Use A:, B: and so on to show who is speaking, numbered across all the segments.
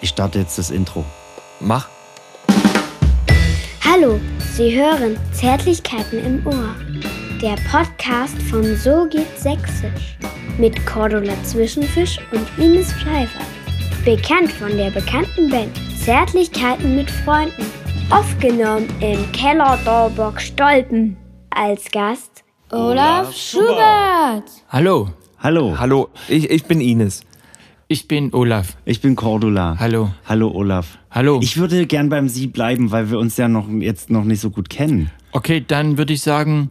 A: Ich starte jetzt das Intro.
B: Mach.
C: Hallo, Sie hören Zärtlichkeiten im Ohr. Der Podcast von So geht Sächsisch mit Cordula Zwischenfisch und Ines Pfeiffer. Bekannt von der bekannten Band Zärtlichkeiten mit Freunden. Aufgenommen im Keller Dorburg Stolpen. Als Gast Olaf Schubert.
D: Hallo,
A: Hallo,
B: Hallo, ich, ich bin Ines.
D: ich bin Olaf.
A: ich bin Cordula.
D: Hallo.
A: Hallo, Olaf.
D: Hallo.
A: Ich würde gern beim Sie bleiben, weil wir uns ja noch, jetzt noch nicht so gut kennen.
D: Okay, dann würde ich sagen,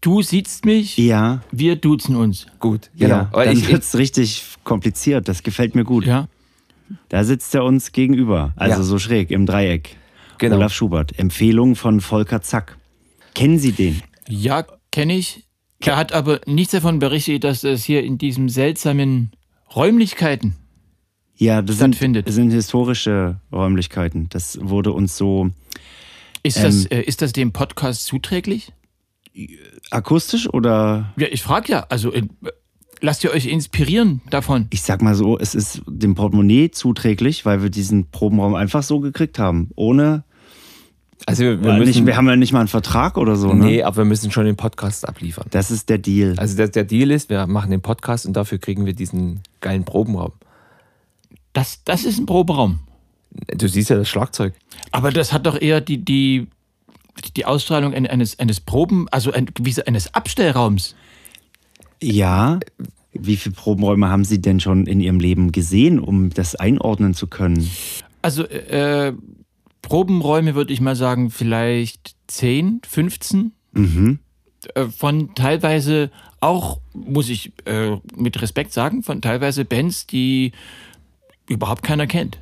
D: du siehst mich,
A: Ja.
D: wir duzen uns.
B: Gut, genau.
A: Ja,
B: Aber
A: dann
B: ich, ich,
A: wird's richtig kompliziert. Das gefällt mir gut.
D: Ja,
A: Da sitzt er uns gegenüber, also
B: Ja.
A: so schräg im Dreieck.
B: Genau.
A: Olaf Schubert, Empfehlung von Volker Zack. Kennen Sie den?
D: ja kenne ich. Er hat aber nichts davon berichtet, dass es hier in diesen seltsamen Räumlichkeiten.
A: Ja, das sind,
D: Stattfindet.
A: das sind historische Räumlichkeiten. Das wurde uns so
D: Ist, das, äh, ist das dem Podcast zuträglich?
A: akustisch oder
D: Ja, ich frage ja. Also äh, lasst ihr euch inspirieren davon.
A: ich sag mal so, es ist dem Portemonnaie zuträglich, weil wir diesen Probenraum einfach so gekriegt haben. Ohne,
B: also wir, wir
A: wir,
B: müssen.
A: nicht, wir haben ja nicht mal einen Vertrag oder so. Ne?
B: nee, aber wir müssen schon den Podcast abliefern.
A: Das ist der Deal.
B: Also der, der Deal ist, wir machen den Podcast und dafür kriegen wir diesen geilen Probenraum.
D: Das, das ist ein Proberaum.
B: Du siehst ja das Schlagzeug.
D: Aber das hat doch eher die, die, die Ausstrahlung ein- eines, eines Proben, also ein, wie so eines Abstellraums.
A: Ja. Wie viele Probenräume haben Sie denn schon in Ihrem Leben gesehen, um das einordnen zu können?
D: Also, äh, Probenräume würde ich mal sagen, vielleicht 10, 15. Äh, Von teilweise auch, muss ich äh, mit Respekt sagen, von teilweise Bands, die überhaupt keiner kennt.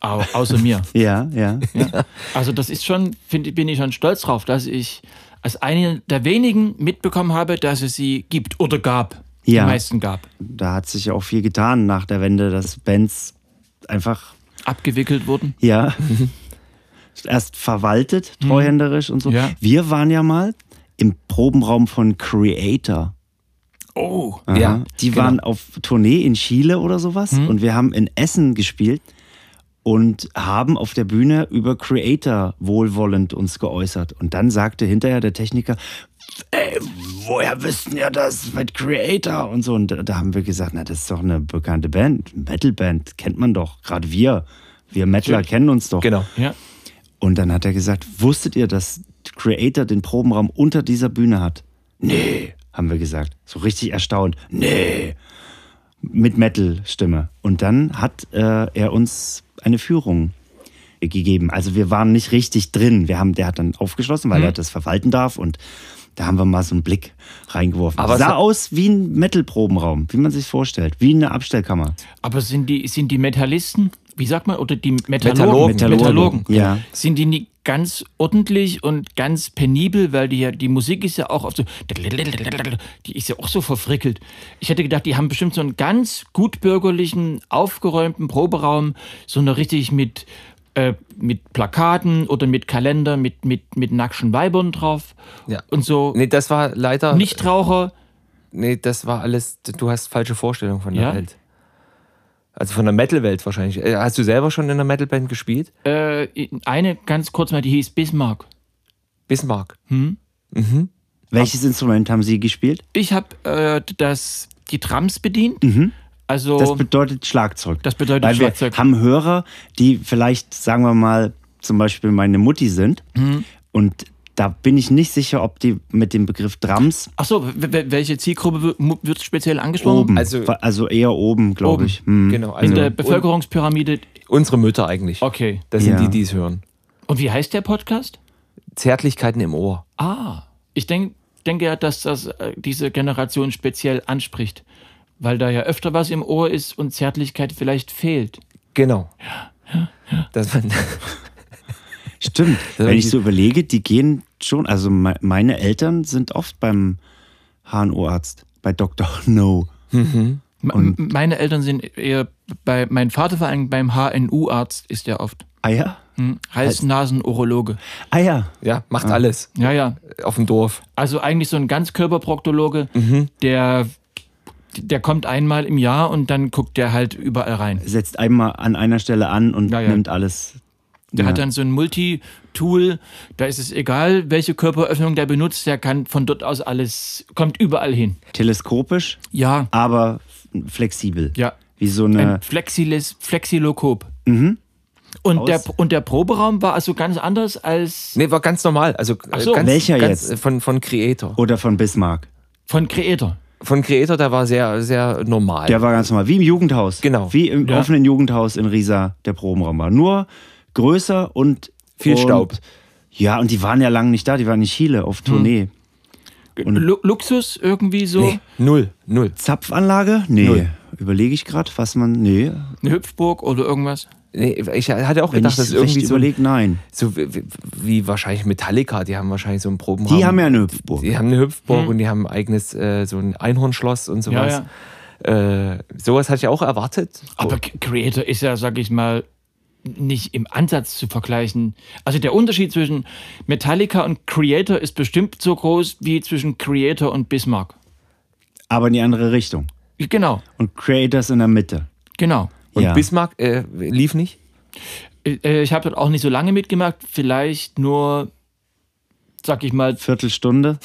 D: Au- Außer mir.
A: Ja, ja.
D: Also, das ist schon, find, ich- bin ich schon stolz drauf, dass ich als eine der wenigen mitbekommen habe, dass es sie gibt oder gab.
A: Ja.
D: Die meisten gab.
A: da hat sich ja auch viel getan nach der Wende, dass Bands einfach,
D: Abgewickelt wurden.
A: ja, erst verwaltet, treuhänderisch und so.
D: Ja.
A: Wir waren ja mal im Probenraum von Creator.
D: Oh.
A: Aha.
B: Ja,
A: Die
B: genau.
A: waren auf Tournee in Chile oder sowas und wir haben in Essen gespielt und haben auf der Bühne über Creator wohlwollend uns geäußert. Und dann sagte hinterher der Techniker, ey, woher wissen ihr das mit Creator und so. Und da- da haben wir gesagt, na, das ist doch eine bekannte Band, Metalband, kennt man doch, gerade wir. Wir Metaler kennen uns doch.
B: Genau.
D: Ja.
A: Und dann hat er gesagt, wusstet ihr, dass Creator den Probenraum unter dieser Bühne hat? Nee, haben wir gesagt. So richtig erstaunt. Nee. Mit Metal-Stimme. Und dann hat äh, er uns eine Führung gegeben. Also wir waren nicht richtig drin. Wir haben, der hat dann aufgeschlossen, weil er das verwalten darf und da haben wir mal so einen Blick reingeworfen. Aber
B: Aber es
A: sah
B: hat-
A: aus wie ein Metal-Probenraum, wie man sich vorstellt, wie eine Abstellkammer.
D: Aber sind die, sind die Metallisten, wie sagt man, oder die
B: Metallurgen.
D: Metallurgen,
A: Metallurgen, ja.
D: sind die nicht ganz ordentlich und ganz penibel, weil die ja, die Musik ist ja auch oft so, die ist ja auch so verfrickelt. Ich hätte gedacht, die haben bestimmt so einen ganz gut bürgerlichen, aufgeräumten Proberaum, so eine richtig mit, äh, mit Plakaten oder mit Kalender, mit, mit, mit nackschen Weibern drauf
B: Ja.
D: und so.
B: Nee, äh, das war leider.
D: Nichtraucher,
B: Nee, das war alles. Du hast falsche Vorstellung von der
D: Ja?
B: Welt. Also von der Metal-Welt wahrscheinlich. Äh, Hast du selber schon in einer Metal-Band gespielt?
D: äh, eine ganz kurz mal, die hieß Bismarck.
B: Bismarck.
A: Welches Instrument haben Sie gespielt?
D: Ich habe äh, das die Drums bedient. Also
A: Mhm. Das bedeutet Schlagzeug.
D: Das bedeutet
A: Weil
D: Schlagzeug.
A: Wir haben Hörer, die vielleicht, sagen wir mal, zum Beispiel meine Mutti sind.
D: Mhm.
A: Und da bin ich nicht sicher, ob die mit dem Begriff Drums
D: ach so, w- w- welche Zielgruppe w- mu- wird speziell angesprochen?
A: oben,
B: Also-
A: also, also eher oben, glaube
D: Oh, Oben.
A: ich. Hm.
B: Genau.
D: In
B: Also
D: der
B: un-
D: Bevölkerungspyramide.
B: unsere Mütter eigentlich.
D: Okay.
B: Das sind
A: Ja.
B: die, die es hören.
D: Und wie heißt der Podcast?
B: Zärtlichkeiten im Ohr.
D: Ah, ich denk, denke ja, dass das äh, diese Generation speziell anspricht, weil da ja öfter was im Ohr ist und Zärtlichkeit vielleicht fehlt.
B: Genau. Das waren,
A: Stimmt.
B: Das
A: Wenn
B: ist
A: ich so überlege, die gehen schon, also me- meine Eltern sind oft beim HNO-Arzt, bei Dr. No.
D: M- m- meine Eltern sind eher bei mein Vater vor allem beim HNU-Arzt ist ja oft
A: Eier?
D: hm? Hals-Nasen-Urologe.
A: Eier.
B: ja, macht alles
D: Ja ja.
B: auf dem Dorf.
D: Also eigentlich so ein Ganzkörperproktologe, der der kommt einmal im Jahr und dann guckt der halt überall rein.
A: Setzt einmal an einer Stelle an und
D: Ja, ja.
A: nimmt alles.
D: Der
A: Ja.
D: hat dann so ein Multi-Tool, da ist es egal, welche Körperöffnung der benutzt, der kann von dort aus alles, kommt überall hin.
A: Teleskopisch,
D: Ja,
A: aber flexibel.
D: ja.
A: Wie so
D: Ein
A: eine.
D: Flexilis, Flexilokop. Und, der,
A: Aus-
D: und der Proberaum war also ganz anders als
B: Nee, war ganz normal. Also
D: Ach so.
B: ganz,
A: Welcher
B: ganz, äh,
A: jetzt?
B: Von, von Creator.
A: Oder von Bismarck.
D: von Creator.
B: Von Creator, der war sehr, sehr normal.
A: Der war ganz normal, wie im Jugendhaus.
B: Genau.
A: Wie im
D: Ja.
A: offenen Jugendhaus in Riesa, der Probenraum war. Nur größer und.
B: Viel
A: und,
B: Staub.
A: Ja, und die waren ja lange nicht da, die waren in Chile auf Tournee.
B: Hm.
D: Lu Luxus irgendwie so,
B: Nee, null, null.
A: Zapfanlage? Nee.
B: Null.
A: Überlege ich gerade, was man. Nee.
D: eine Hüpfburg oder irgendwas.
B: Nee, ich hatte auch
A: Wenn
B: gedacht,
A: ich
B: das ist
A: recht
B: irgendwie so,
A: überleg, nein.
B: so wie, wie- wie wahrscheinlich Metallica, die haben wahrscheinlich so einen Probenraum.
A: Die haben ja eine Hüpfburg.
B: Die haben eine Hüpfburg und die haben ein eigenes, äh, so ein Einhornschloss und
D: Hm. Ja,
B: sowas. Äh, sowas hatte ich auch erwartet.
D: Aber K- Creator ist ja, sag ich mal, nicht im Ansatz zu vergleichen. Also der Unterschied zwischen Metallica und Creator ist bestimmt so groß wie zwischen Creator und Bismarck.
A: Aber in die andere Richtung.
D: Genau,
A: Und Creators in der Mitte.
D: genau.
B: Und
A: ja.
B: Bismarck äh, lief nicht.
D: Äh, Ich habe dort auch nicht so lange mitgemacht, vielleicht nur, sag ich mal,
A: Viertelstunde.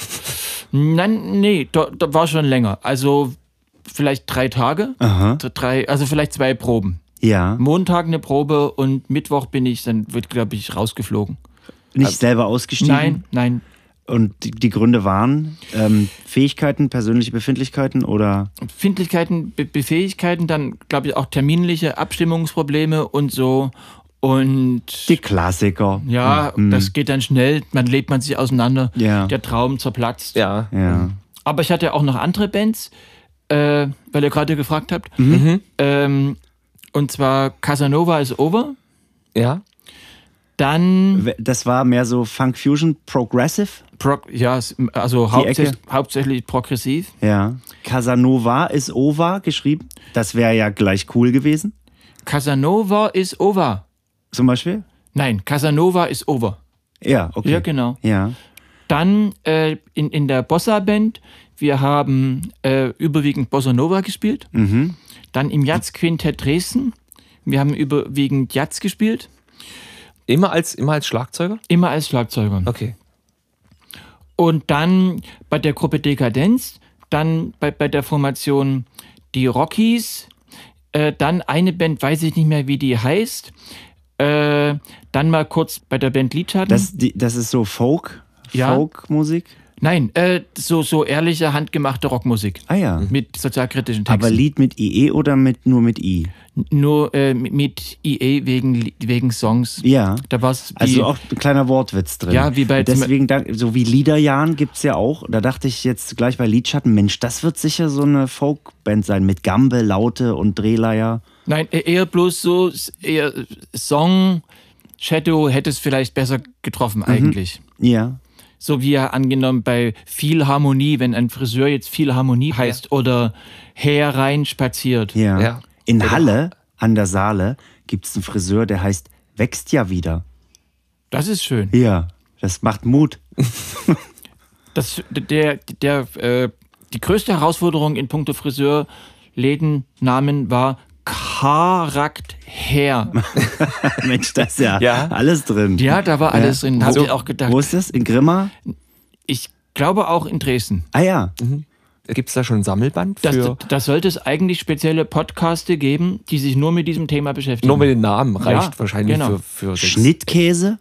D: nein, nee, da, da war schon länger. Also vielleicht drei Tage,
A: Aha.
D: drei, also vielleicht zwei Proben.
A: Ja.
D: Montag eine Probe und Mittwoch bin ich, dann wird, glaube ich, rausgeflogen.
A: Nicht
B: Also-
A: selber ausgestiegen.
D: Nein, nein,
A: Und die, die Gründe waren ähm, Fähigkeiten, persönliche Befindlichkeiten oder
D: Befindlichkeiten, Be Befähigkeiten, dann glaube ich auch terminliche Abstimmungsprobleme und so. Und
A: die Klassiker.
D: ja, das geht dann schnell, man lebt man sich auseinander,
A: Hm, Ja.
D: der Traum zerplatzt.
B: Ja.
A: Ja.
D: Aber ich hatte auch noch andere Bands, äh, weil ihr gerade gefragt habt.
A: Mhm.
D: Ähm, und zwar Casanova is over.
B: Ja.
D: Dann,
A: W- Das war mehr so Funk Fusion Progressive.
D: Prog ja, s- also hauptsächlich, hauptsächlich progressiv.
A: Ja. Casanova ist Ova geschrieben. Das wäre ja gleich cool gewesen.
D: Casanova is over.
A: Zum Beispiel.
D: Nein, Casanova is over.
A: Ja, okay.
D: Ja, genau.
A: Ja.
D: Dann äh, in, in der Bossa-Band, wir haben äh, überwiegend Bossa Nova gespielt.
A: Mhm.
D: Dann im Jazz-Quintett Dresden, wir haben überwiegend Jazz gespielt,
B: Immer als, immer als Schlagzeuger?
D: immer als Schlagzeuger.
B: Okay.
D: Und dann bei der Gruppe Dekadenz, dann bei, bei der Formation die Rockies, äh, dann eine Band, weiß ich nicht mehr, wie die heißt, äh, dann mal kurz bei der Band Lidschatten.
A: Das, die, das ist so Folk.
D: Ja.
A: Folk-Musik.
D: Nein, äh, so, so ehrliche, handgemachte Rockmusik
A: Ah ja.
D: mit sozialkritischen Texten.
A: Aber Lied mit IE oder mit, nur mit I?
D: Nur äh, mit- mit EA wegen, Li- wegen Songs.
A: Ja.
D: Da war es
A: Also auch ein kleiner Wortwitz drin.
D: Ja, wie bei-
A: Deswegen, dank- so wie Liederjahren gibt es ja auch. Da dachte ich jetzt gleich bei Lidschatten, Mensch, das wird sicher so eine Folkband sein mit Gambe, Laute und Drehleier.
D: Nein, e- eher bloß so s- eher Song. Shadow hätte es vielleicht besser
A: Mhm.
D: getroffen, eigentlich.
A: Ja.
D: So wie ja angenommen bei viel Harmonie, wenn ein Friseur jetzt viel Harmonie heißt oder herein spaziert.
A: Ja.
B: Ja.
A: In Halle, an der Saale, gibt es einen Friseur, der heißt Wächst ja wieder.
D: Das ist schön.
A: Ja. Das macht Mut.
D: Das, der, der, äh, die größte Herausforderung in puncto Friseurlädennamen war Charakter.
A: Mensch, da ist ja,
B: Ja.
A: alles drin.
D: Ja, da war alles drin. Hab
B: Wo-
D: ich auch gedacht.
A: Wo ist das? In Grimma?
D: Ich glaube auch in Dresden.
A: Ah ja.
B: Gibt es da schon ein Sammelband
D: Das,
B: für?
D: das sollte es eigentlich spezielle Podcaste geben, die sich nur mit diesem Thema beschäftigen.
B: Nur mit den Namen reicht
D: Ja,
B: wahrscheinlich
D: genau.
B: für, für sechs.
A: Schnittkäse?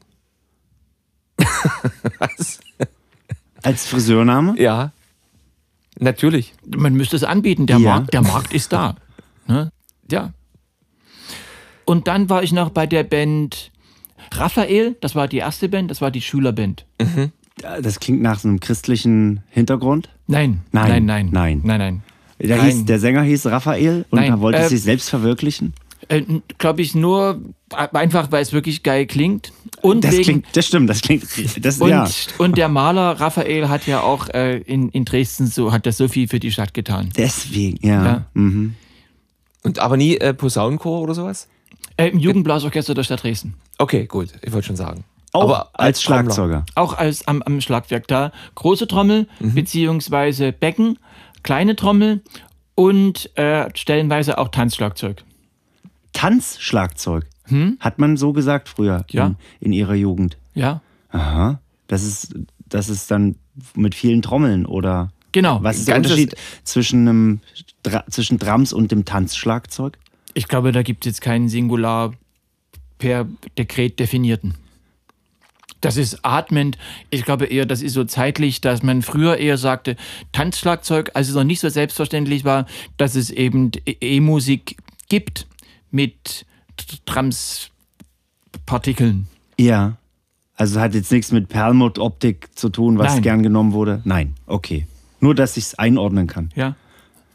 A: Als Friseurname?
B: Ja. Natürlich.
D: Man müsste es anbieten. Der,
A: Ja.
D: Markt, der Markt ist da. Ne? Ja. Und dann war ich noch bei der Band Raphael. Das war die erste Band. Das war die Schülerband.
A: Das klingt nach so einem christlichen Hintergrund.
D: Nein,
A: Nein,
D: nein, nein.
A: nein.
D: nein, nein.
A: Der,
D: Nein.
A: hieß, der Sänger hieß Raphael und
D: Nein,
A: er wollte
D: äh,
A: sich selbst verwirklichen.
D: Äh, Glaube ich nur einfach, weil es wirklich geil klingt. Und
A: Das
D: wegen,
A: klingt, das stimmt, das klingt, das,
D: Und,
A: ja.
D: und der Maler Raphael hat ja auch äh, in, in Dresden so, hat das so viel für die Stadt getan.
A: Deswegen, ja.
D: Ja.
A: Mhm.
B: Und aber nie äh, Posaunenchor oder sowas?
D: Äh, Im Jugendblasorchester der Stadt Dresden.
B: Okay, gut. Ich wollte schon sagen.
A: Auch
B: aber
A: als
B: Trommler.
A: Schlagzeuger.
D: Auch als am, am Schlagwerk da. Große Trommel, beziehungsweise Becken, kleine Trommel und äh, stellenweise auch Tanzschlagzeug.
A: Tanzschlagzeug. Hat man so gesagt früher
D: Hm? Ja.
A: in, in ihrer Jugend.
D: Ja,
A: Aha. Das ist, das ist dann mit vielen Trommeln oder.
D: genau.
A: Was ist der
B: Ganzes-
A: Unterschied zwischen, einem, Dra zwischen Drums und dem Tanzschlagzeug?
D: Ich glaube, da gibt es jetzt keinen Singular per Dekret definierten. Das ist atmend. Ich glaube eher, das ist so zeitlich, dass man früher eher sagte, Tanzschlagzeug, als es noch nicht so selbstverständlich war, dass es eben E- E-Musik gibt mit Tramspartikeln.
A: Ja. Also hat jetzt nichts mit Perlmutt-Optik zu tun, was
D: Nein.
A: gern genommen wurde? Nein. Okay. Nur, dass ich es einordnen kann.
D: Ja.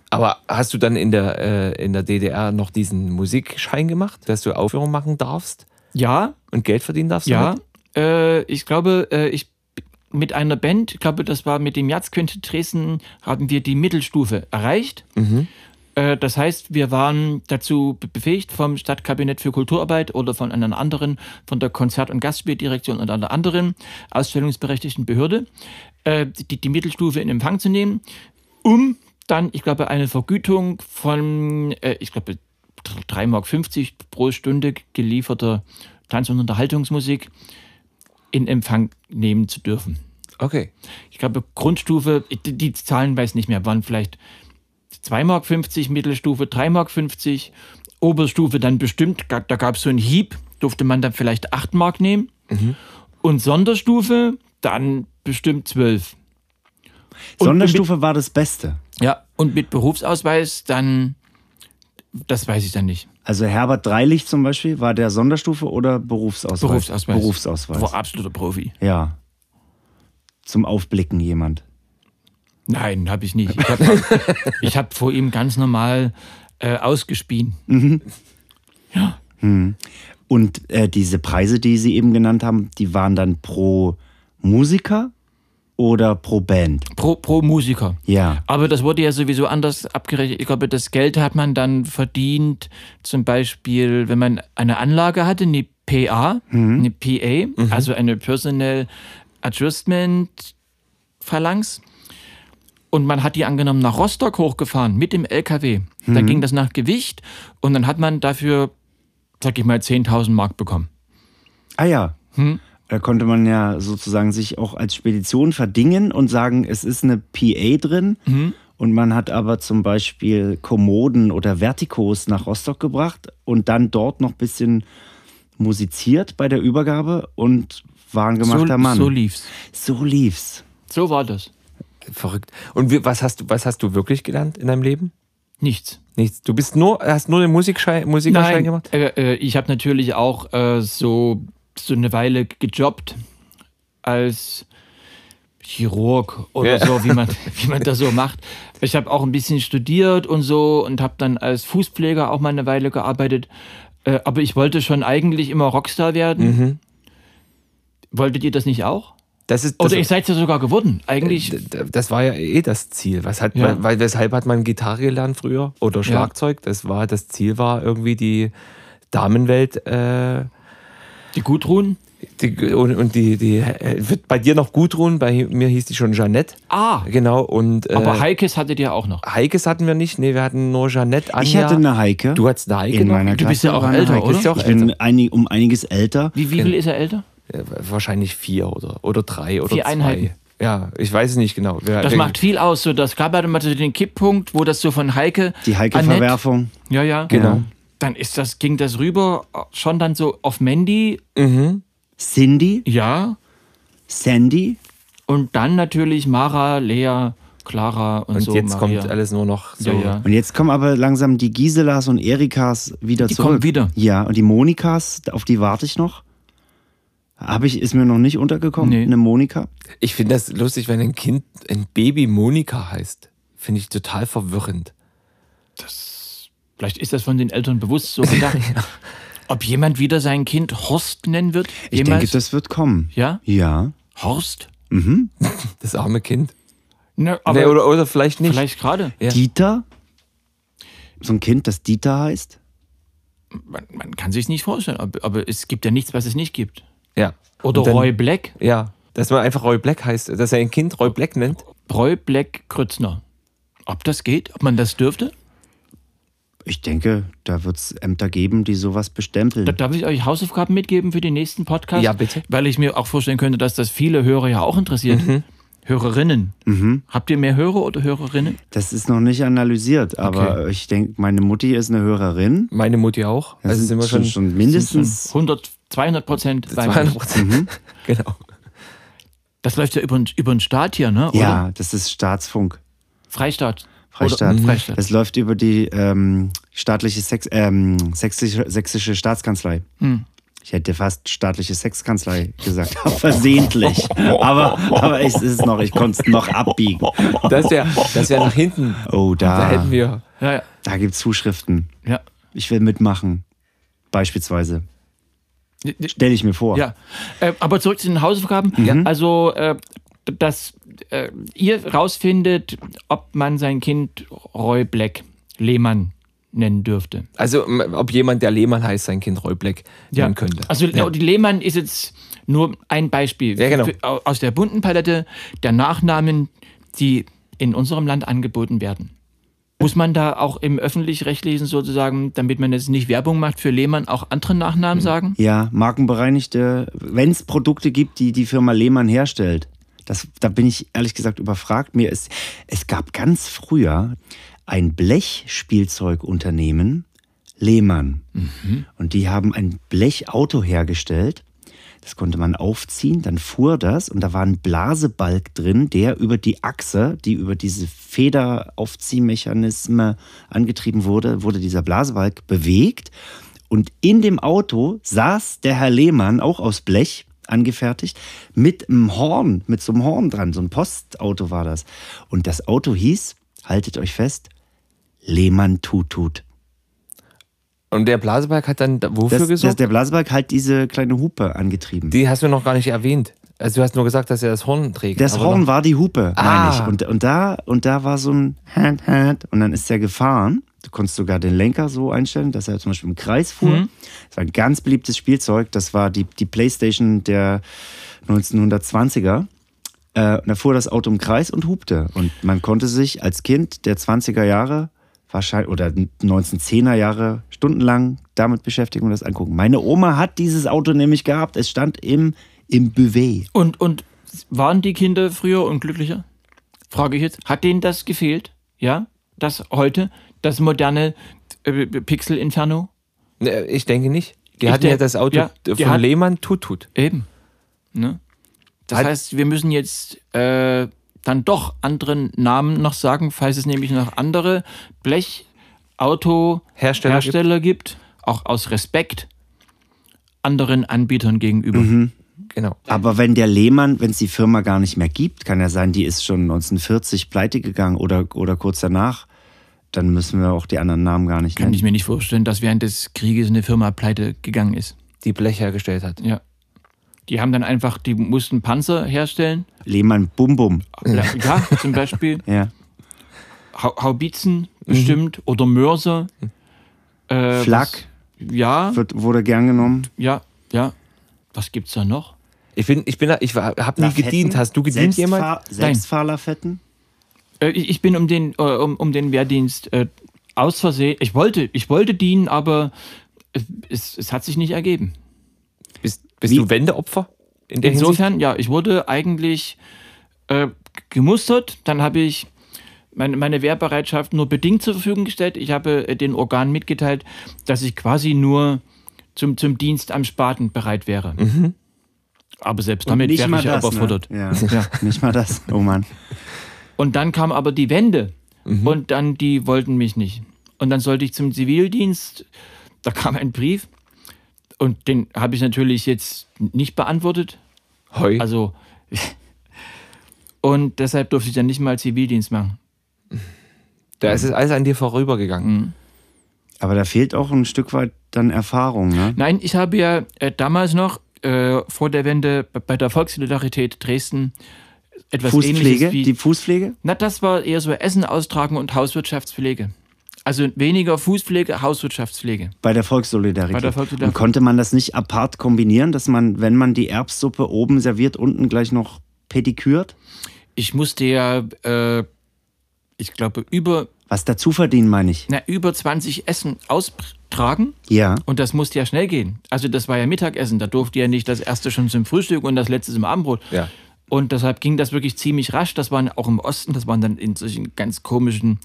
B: Aber hast du dann in der, äh, in der DDR noch diesen Musikschein gemacht, dass du Aufführungen machen darfst
D: Ja,
B: und Geld verdienen darfst?
D: ja.
B: damit?
D: Äh, ich glaube, äh, ich mit einer Band, ich glaube, das war mit dem Jazzquintett Dresden, haben wir die Mittelstufe erreicht. Äh, Das heißt, wir waren dazu be- befähigt vom Stadtkabinett für Kulturarbeit oder von einer anderen, von der Konzert- und Gastspieldirektion und einer anderen ausstellungsberechtigten Behörde, äh, die, die Mittelstufe in Empfang zu nehmen, um dann, ich glaube, eine Vergütung von, äh, ich glaube, 3,50 Mark pro Stunde gelieferter Tanz- und Unterhaltungsmusik in Empfang nehmen zu dürfen.
B: Okay.
D: Ich glaube, Grundstufe, die, die Zahlen weiß nicht mehr, waren vielleicht 2,50 Mark, Mittelstufe 3,50 Mark, Oberstufe dann bestimmt, ga- da gab es so einen Hieb, durfte man dann vielleicht 8 Mark nehmen. Und Sonderstufe dann bestimmt 12. Und
A: Sonderstufe war das Beste.
D: Ja, und mit Berufsausweis dann, das weiß ich dann nicht.
A: Also Herbert Dreilich zum Beispiel, war der Sonderstufe oder Berufsausweis?
D: Berufsausweis.
A: Berufsausweis.
D: War absoluter Profi.
A: Ja. Zum Aufblicken jemand.
D: Nein, habe ich nicht. Ich habe hab vor ihm ganz normal äh, ausgespien.
A: Und äh, diese Preise, die Sie eben genannt haben, die waren dann pro Musiker oder pro Band?
D: Pro, pro Musiker.
A: Ja.
D: Aber das wurde ja sowieso anders abgerechnet. Ich glaube, das Geld hat man dann verdient, zum Beispiel, wenn man eine Anlage hatte, eine PA, eine PA, also eine Personal Adjustment Phalanx. Und man hat die angenommen nach Rostock hochgefahren mit dem LKW. Da ging das nach Gewicht und dann hat man dafür, sag ich mal, 10.000 Mark bekommen.
A: Ah ja. Da konnte man ja sozusagen sich auch als Spedition verdingen und sagen, es ist eine PA drin. Und man hat aber zum Beispiel Kommoden oder Vertikos nach Rostock gebracht und dann dort noch ein bisschen musiziert bei der Übergabe und war ein gemachter
D: so,
A: Mann.
D: so lief's.
A: so lief's.
D: So war das.
B: Verrückt. Und wie, was, hast du, was hast du wirklich gelernt in deinem Leben?
D: Nichts.
B: Nichts. Du bist nur, hast nur den Musikschein, Musikerschein
D: Nein,
B: gemacht?
D: Äh, äh, ich habe natürlich auch äh, so, so eine Weile gejobbt als Chirurg oder
B: Ja.
D: so, wie man, wie man das so macht. Ich habe auch ein bisschen studiert und so und habe dann als Fußpfleger auch mal eine Weile gearbeitet. Äh, aber ich wollte schon eigentlich immer Rockstar werden.
B: Mhm.
D: Wolltet ihr das nicht auch?
B: Das ist, das, Äh,
D: Oder ihr seid ja sogar geworden. Eigentlich
B: d- das war ja eh das Ziel. Was hat
D: Ja.
B: man, weil, weshalb hat man Gitarre gelernt früher oder Schlagzeug? Das war das Ziel war irgendwie die Damenwelt äh,
D: die Gudrun.
B: die, und, und die, die äh, wird bei dir noch gut ruhen. Bei mir hieß die schon Jeannette.
D: Ah,
B: Genau und äh,
D: aber Heikes hattet ihr auch noch.
B: Heikes hatten wir nicht. Nee, wir hatten nur Jeannette, Anja.
A: Ich hatte eine Heike.
B: Du hattest eine Heike
A: in
B: noch?
A: meiner
D: Du bist
A: Klasse
D: ja auch
A: war eine
D: älter,
A: Heike.
D: oder?
A: Ich bin einig, um einiges älter.
D: Wie, wie viel ist er älter?
B: Äh, Wahrscheinlich vier oder, oder drei oder
D: Vier
B: zwei.
D: Einheiten.
B: Ja, ich weiß es nicht genau. Wer-
D: Das
B: wer-
D: macht viel aus. So, das gab halt immer so den Kipppunkt, wo das so von Heike.
A: Die
D: Annette-
A: Heike-Verwerfung.
D: Ja, ja.
A: Genau.
D: Dann ist das, ging das rüber schon dann so auf Mandy,
B: mhm.
A: Cindy,
D: ja.
A: Sandy,
D: Und dann natürlich Mara, Lea, Clara und,
B: Und
D: so.
B: jetzt
D: Maria.
B: kommt alles nur noch so.
D: Ja, ja.
A: Und jetzt kommen aber langsam die Giselas und Erikas wieder
D: Die
A: zurück.
D: kommen wieder.
A: Ja, und die Monikas, auf die warte ich noch. Hab ich, ist mir noch nicht untergekommen,
D: Nee.
A: eine Monika.
B: Ich finde das lustig, wenn ein Kind ein Baby Monika heißt. Finde ich total verwirrend.
D: Vielleicht ist das von den Eltern bewusst so gedacht. Ob jemand wieder sein Kind Horst nennen wird?
A: Ich
D: Jemals?
A: denke, das wird kommen.
D: ja?
A: Ja.
D: Horst?
B: Das arme Kind.
D: Ne,
B: Nee, oder, oder vielleicht nicht.
D: vielleicht gerade.
B: Ja.
A: Dieter. So ein Kind, das Dieter heißt.
D: Man, man kann sich nicht vorstellen, aber, aber es gibt ja nichts, was es nicht gibt.
B: Ja.
D: Oder
B: Und dann-
D: Roy Black.
B: Ja. Dass man einfach Roy Black heißt. Dass er ein Kind Roy Black nennt.
D: Roy Black Krützner. Ob das geht? Ob man das dürfte?
A: Ich denke, da wird es Ämter geben, die sowas bestempeln.
D: Da- Darf ich euch Hausaufgaben mitgeben für den nächsten Podcast?
B: Ja, bitte.
D: Weil ich mir auch vorstellen könnte, dass das viele Hörer ja auch interessiert. Hörerinnen. Habt ihr mehr Hörer oder Hörerinnen?
A: Das ist noch nicht analysiert, aber ich denke, meine Mutti ist eine Hörerin.
B: Meine Mutti auch.
A: Das
B: Also sind wir schon,
A: schon, mindestens.
D: 100, 200 Prozent. bei mir.
B: 200
A: Mhm.
B: Prozent. genau.
D: Das läuft ja über, den- über den Staat hier, ne? Oder?
A: ja, das ist Staatsfunk.
D: Freistaat.
A: Freistaat.
D: Oder, hm, Freistaat.
A: Das läuft über die ähm, staatliche Sex, ähm, sächsische, sächsische Staatskanzlei. Ich hätte fast staatliche Sexkanzlei gesagt. Versehentlich. Aber, aber es ist noch, ich konnte es noch abbiegen.
B: Das wäre das wär nach hinten.
A: Oh,
B: Da
A: da,
B: hätten wir.
D: ja, ja.
A: da gibt es Zuschriften.
D: ja.
A: Ich will mitmachen. Beispielsweise. Stelle ich mir vor.
D: Ja, äh, aber zurück zu den Hausaufgaben.
B: Mhm.
D: Also, äh, dass äh, ihr rausfindet, ob man sein Kind Roy Black Lehmann nennen dürfte.
B: Also, m- ob jemand, der Lehmann heißt, sein Kind Reubleck nennen könnte.
D: Also
B: ja.
D: die Lehmann ist jetzt nur ein Beispiel
B: Ja, genau.
D: für, aus der bunten Palette der Nachnamen, die in unserem Land angeboten werden. Muss man da auch im öffentlich-rechtlichen sozusagen, damit man jetzt nicht Werbung macht für Lehmann, auch andere Nachnamen
B: Mhm.
D: sagen?
A: Ja, markenbereinigte, wenn es Produkte gibt, die die Firma Lehmann herstellt. Das, da bin ich ehrlich gesagt überfragt. Mir ist, es gab ganz früher ein Blechspielzeugunternehmen, Lehmann. Und die haben ein Blechauto hergestellt. Das konnte man aufziehen, dann fuhr das und da war ein Blasebalg drin, der über die Achse, die über diese Federaufziehmechanismen angetrieben wurde, wurde dieser Blasebalg bewegt. Und in dem Auto saß der Herr Lehmann, auch aus Blech angefertigt, mit einem Horn, mit so einem Horn dran. So ein Postauto war das. Und das Auto hieß, haltet euch fest, Lehmann Tutut.
B: Und der Blaseberg hat dann da- wofür
A: Das, das,
B: gesorgt?
A: der Blasebalg hat diese kleine Hupe angetrieben.
B: die hast du noch gar nicht erwähnt. Also, du hast nur gesagt, dass er das Horn trägt.
A: Das
B: aber
A: Horn
B: noch,
A: war die Hupe,
B: Ah.
A: meine ich. Und, und, da, und da war so ein Hand, Hand. Und dann ist er gefahren. Du konntest sogar den Lenker so einstellen, dass er zum Beispiel im Kreis fuhr.
B: Mhm.
A: Das war ein ganz beliebtes Spielzeug. Das war die, die Playstation der 1920er. Äh, und da fuhr das Auto im Kreis und hupte. Und man konnte sich als Kind der 20er Jahre wahrscheinlich oder 1910er Jahre stundenlang damit beschäftigen und das angucken. Meine Oma hat dieses Auto nämlich gehabt. Es stand im, im Buvet.
D: Und, und waren die Kinder früher unglücklicher? Frage ich jetzt. Hat denen das gefehlt? Ja? Das heute, das moderne äh, Pixel Inferno?
B: Ne, ich denke nicht. Die
D: Ich
B: hatten ja
D: denk-
B: das Auto
D: ja, die
B: von
D: hat-
B: Lehmann Tutut.
D: Eben. Ne? Das
B: Hat-
D: heißt, wir müssen jetzt äh, dann doch anderen Namen noch sagen, falls es nämlich noch andere Blechauto-Hersteller
B: Hersteller.
D: gibt. auch aus Respekt anderen Anbietern gegenüber.
B: Genau.
A: Aber wenn der Lehmann, wenn es die Firma gar nicht mehr gibt, kann ja sein, die ist schon 1940 pleite gegangen oder, oder kurz danach, dann müssen wir auch die anderen Namen gar nicht
D: Kann ich
A: nennen.
D: mir nicht vorstellen, dass während des Krieges eine Firma pleite gegangen ist.
B: Die Blech hergestellt hat.
D: Ja. Die haben dann einfach, die mussten Panzer herstellen.
A: Lehmann Bum Bum.
D: Ja, ja zum Beispiel
A: Ja.
D: Hau- Haubitzen bestimmt oder Mörser. Äh,
A: Flak.
D: Was, ja,
A: Wird, wurde gern genommen.
D: ja, ja. Was gibt's da noch?
B: Ich bin, ich bin, ich habe nie gedient. Hast du gedient jemand?
A: Selbstfahr Selbstfahrlafetten?
D: Äh, ich ich bin um den, äh, um, um den Wehrdienst äh, aus Versehen. Ich wollte, ich wollte dienen, aber es, es, es hat sich nicht ergeben.
B: Bist, bist
A: Wie-
B: du Wendeopfer? In der Hinsicht?
D: Insofern, ja, ich wurde eigentlich äh, gemustert. Dann habe ich meine, meine Wehrbereitschaft nur bedingt zur Verfügung gestellt. Ich habe äh, den Organen mitgeteilt, dass ich quasi nur zum, zum Dienst am Spaten bereit wäre.
B: Mhm.
D: Aber selbst damit
A: Nicht
D: wäre
A: mal
D: ich ja
A: das, ne?
D: überfordert.
A: Ja. Nicht mal das. Oh Mann.
D: Und dann kam aber die Wende.
B: Mhm.
D: Und dann, die wollten mich nicht. Und dann sollte ich zum Zivildienst. Da kam ein Brief. Und den habe ich natürlich jetzt nicht beantwortet.
B: Heu.
D: Also. Und deshalb durfte ich dann nicht mal Zivildienst machen.
B: da ist es alles an dir vorübergegangen.
D: Mhm.
A: Aber da fehlt auch ein Stück weit dann Erfahrung, ne?
D: Nein, ich habe ja äh, damals noch äh, vor der Wende b- bei der Volkssolidarität Dresden etwas
A: Fußpflege?
D: ähnliches wie.
A: Die Fußpflege?
D: na, das war eher so Essen austragen und Hauswirtschaftspflege. Also weniger Fußpflege, Hauswirtschaftspflege.
A: Bei der Volkssolidarität.
D: Bei der Volkssolidarität.
A: Und konnte man das nicht apart kombinieren, dass man, wenn man die Erbssuppe oben serviert, unten gleich noch pedikürt?
D: Ich musste ja, äh, ich glaube, über,
A: Was dazu verdienen, meine ich.
D: na, über 20 Essen austragen.
A: Ja.
D: Und das musste ja schnell gehen. Also das war ja Mittagessen, da durfte ja nicht das erste schon zum Frühstück und das letzte zum Abendbrot.
B: Ja.
D: Und deshalb ging das wirklich ziemlich rasch. Das waren auch im Osten, das waren dann in solchen ganz komischen,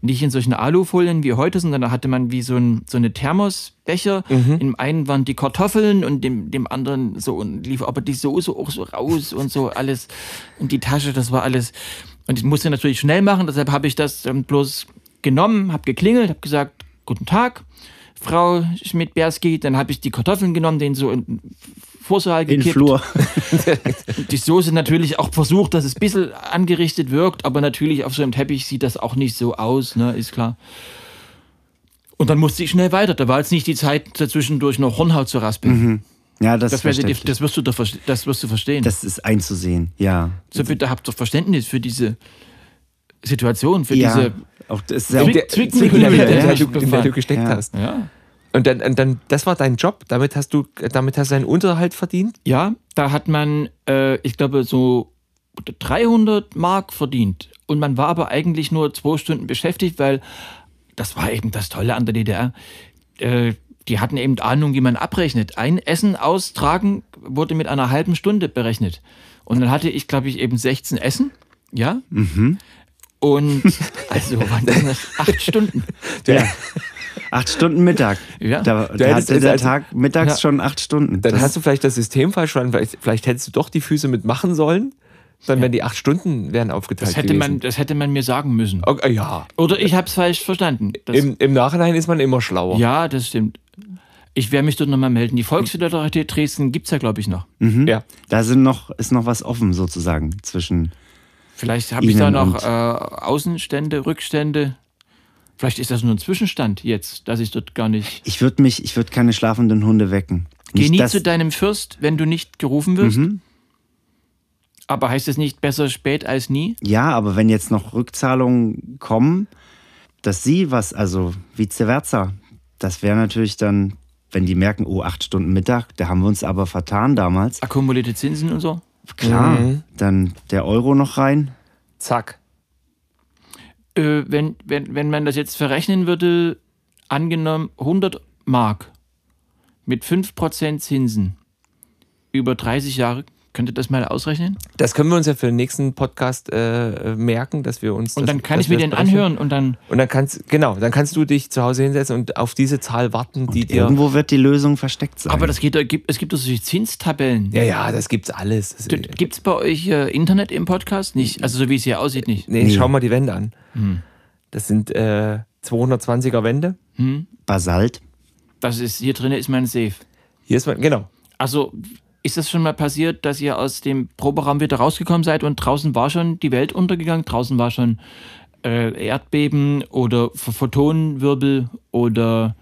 D: nicht in solchen Alufolien wie heute, sondern da hatte man wie so, ein, so eine Thermosbecher.
A: Mhm.
D: Im einen waren die Kartoffeln und dem, dem anderen so und lief aber die Soße auch so raus und so alles. Und die Tasche, das war alles. Und ich musste natürlich schnell machen, deshalb habe ich das ähm, bloß genommen, habe geklingelt, habe gesagt, guten Tag. Frau Schmidt-Berski, dann habe ich die Kartoffeln genommen, den so in den Vorsaal
A: In
D: gekippt.
A: den Flur.
D: Die Soße natürlich auch versucht, dass es ein bisschen angerichtet wirkt, aber natürlich auf so einem Teppich sieht das auch nicht so aus, ne, ist klar. Und dann musste ich schnell weiter. Da war jetzt nicht die Zeit, dazwischendurch noch Hornhaut zu raspeln.
A: Ja, Mhm, das,
D: Das,
A: ist
D: werdet ihr-
A: verständlich.
D: das, wirst du doch, verste- das wirst du verstehen.
A: das ist einzusehen, ja.
D: so bitte habt doch Verständnis für diese Situation, für
A: ja.
D: diese.
A: auch das ist sehr
D: Zwick-
B: Der-
D: Zwick-
B: Zwick- in der- in der
D: Zwick-
B: du- in der du gesteckt
A: Ja.
B: hast.
D: Ja,
B: Und dann, und dann, das war dein Job, damit hast du, damit hast du deinen Unterhalt verdient.
D: ja da hat man, äh, ich glaube, so 300 Mark verdient. Und man war aber eigentlich nur zwei Stunden beschäftigt, weil das war eben das Tolle an der DDR. Äh, die hatten eben Ahnung, wie man abrechnet. Ein Essen austragen wurde mit einer halben Stunde berechnet. Und dann hatte ich, glaube ich, eben 16 Essen. Ja.
B: Mhm.
D: Und also waren das noch acht Stunden.
B: Halt
A: ja. Acht Stunden Mittag.
D: Ja.
A: Da,
B: Du
A: da
B: hättest
A: hatte
B: jetzt
A: der
B: also-
A: Tag mittags
D: Ja.
A: schon acht Stunden.
B: Dann
A: Das-
B: hast du vielleicht das System falsch verstanden, vielleicht, vielleicht hättest du doch die Füße mitmachen sollen, dann wären die acht Stunden wären aufgeteilt
D: Das hätte, man,
B: gewesen.
D: das hätte man mir sagen müssen.
B: Okay, ja,
D: Oder ich habe es falsch verstanden. Das-
B: Im, im Nachhinein ist man immer schlauer.
D: Ja, das stimmt. Ich werde mich dort nochmal melden. Die Volkssolidarität Dresden gibt es ja, glaube ich, noch.
B: Ja.
A: da sind noch, ist noch was offen sozusagen zwischen.
D: Vielleicht habe ich da
A: Ihnen
D: noch
A: und-
D: äh, Außenstände, Rückstände. Vielleicht ist das nur ein Zwischenstand jetzt, dass ich dort gar nicht.
A: Ich würde mich, ich würde keine schlafenden Hunde wecken.
D: Geh
A: Nicht
D: nie
A: das- Mhm.
D: zu deinem Fürst, wenn du nicht gerufen wirst. Aber heißt es nicht besser spät als nie?
A: Ja, aber wenn jetzt noch Rückzahlungen kommen, dass sie was, also vice versa, das wäre natürlich dann, wenn die merken, oh, acht Stunden Mittag, da haben wir uns aber vertan damals.
D: Akkumulierte Zinsen und so?
A: Klar,
B: Mhm.
A: dann der Euro noch rein.
B: Zack.
D: Äh, wenn, wenn, wenn man das jetzt verrechnen würde, angenommen 100 Mark mit 5% Zinsen über 30 Jahre, könnt ihr das mal ausrechnen?
B: Das können wir uns ja für den nächsten Podcast äh, merken, dass wir uns.
D: Und
B: das,
D: dann kann
B: dass
D: ich mir
B: wir
D: den
B: das berechnen.
D: anhören und dann.
B: Und dann kannst genau, dann kannst du dich zu Hause hinsetzen und auf diese Zahl warten, die dir.
A: Irgendwo wird die Lösung versteckt sein.
D: Aber das geht, es gibt doch solche Zinstabellen.
B: ja, ja, das gibt's alles. Das,
D: Gibt es bei euch äh, Internet im Podcast? Nicht, also so wie es hier aussieht, nicht.
B: nee, schau mal die Wände an.
D: Hm.
B: Das sind äh, 220er Wände.
A: Basalt.
D: Das ist, hier drin ist mein Safe.
B: Hier ist man, genau.
D: Also ist das schon mal passiert, dass ihr aus dem Proberaum wieder rausgekommen seid und draußen war schon die Welt untergegangen, draußen war schon äh, Erdbeben oder Ph- Photonenwirbel oder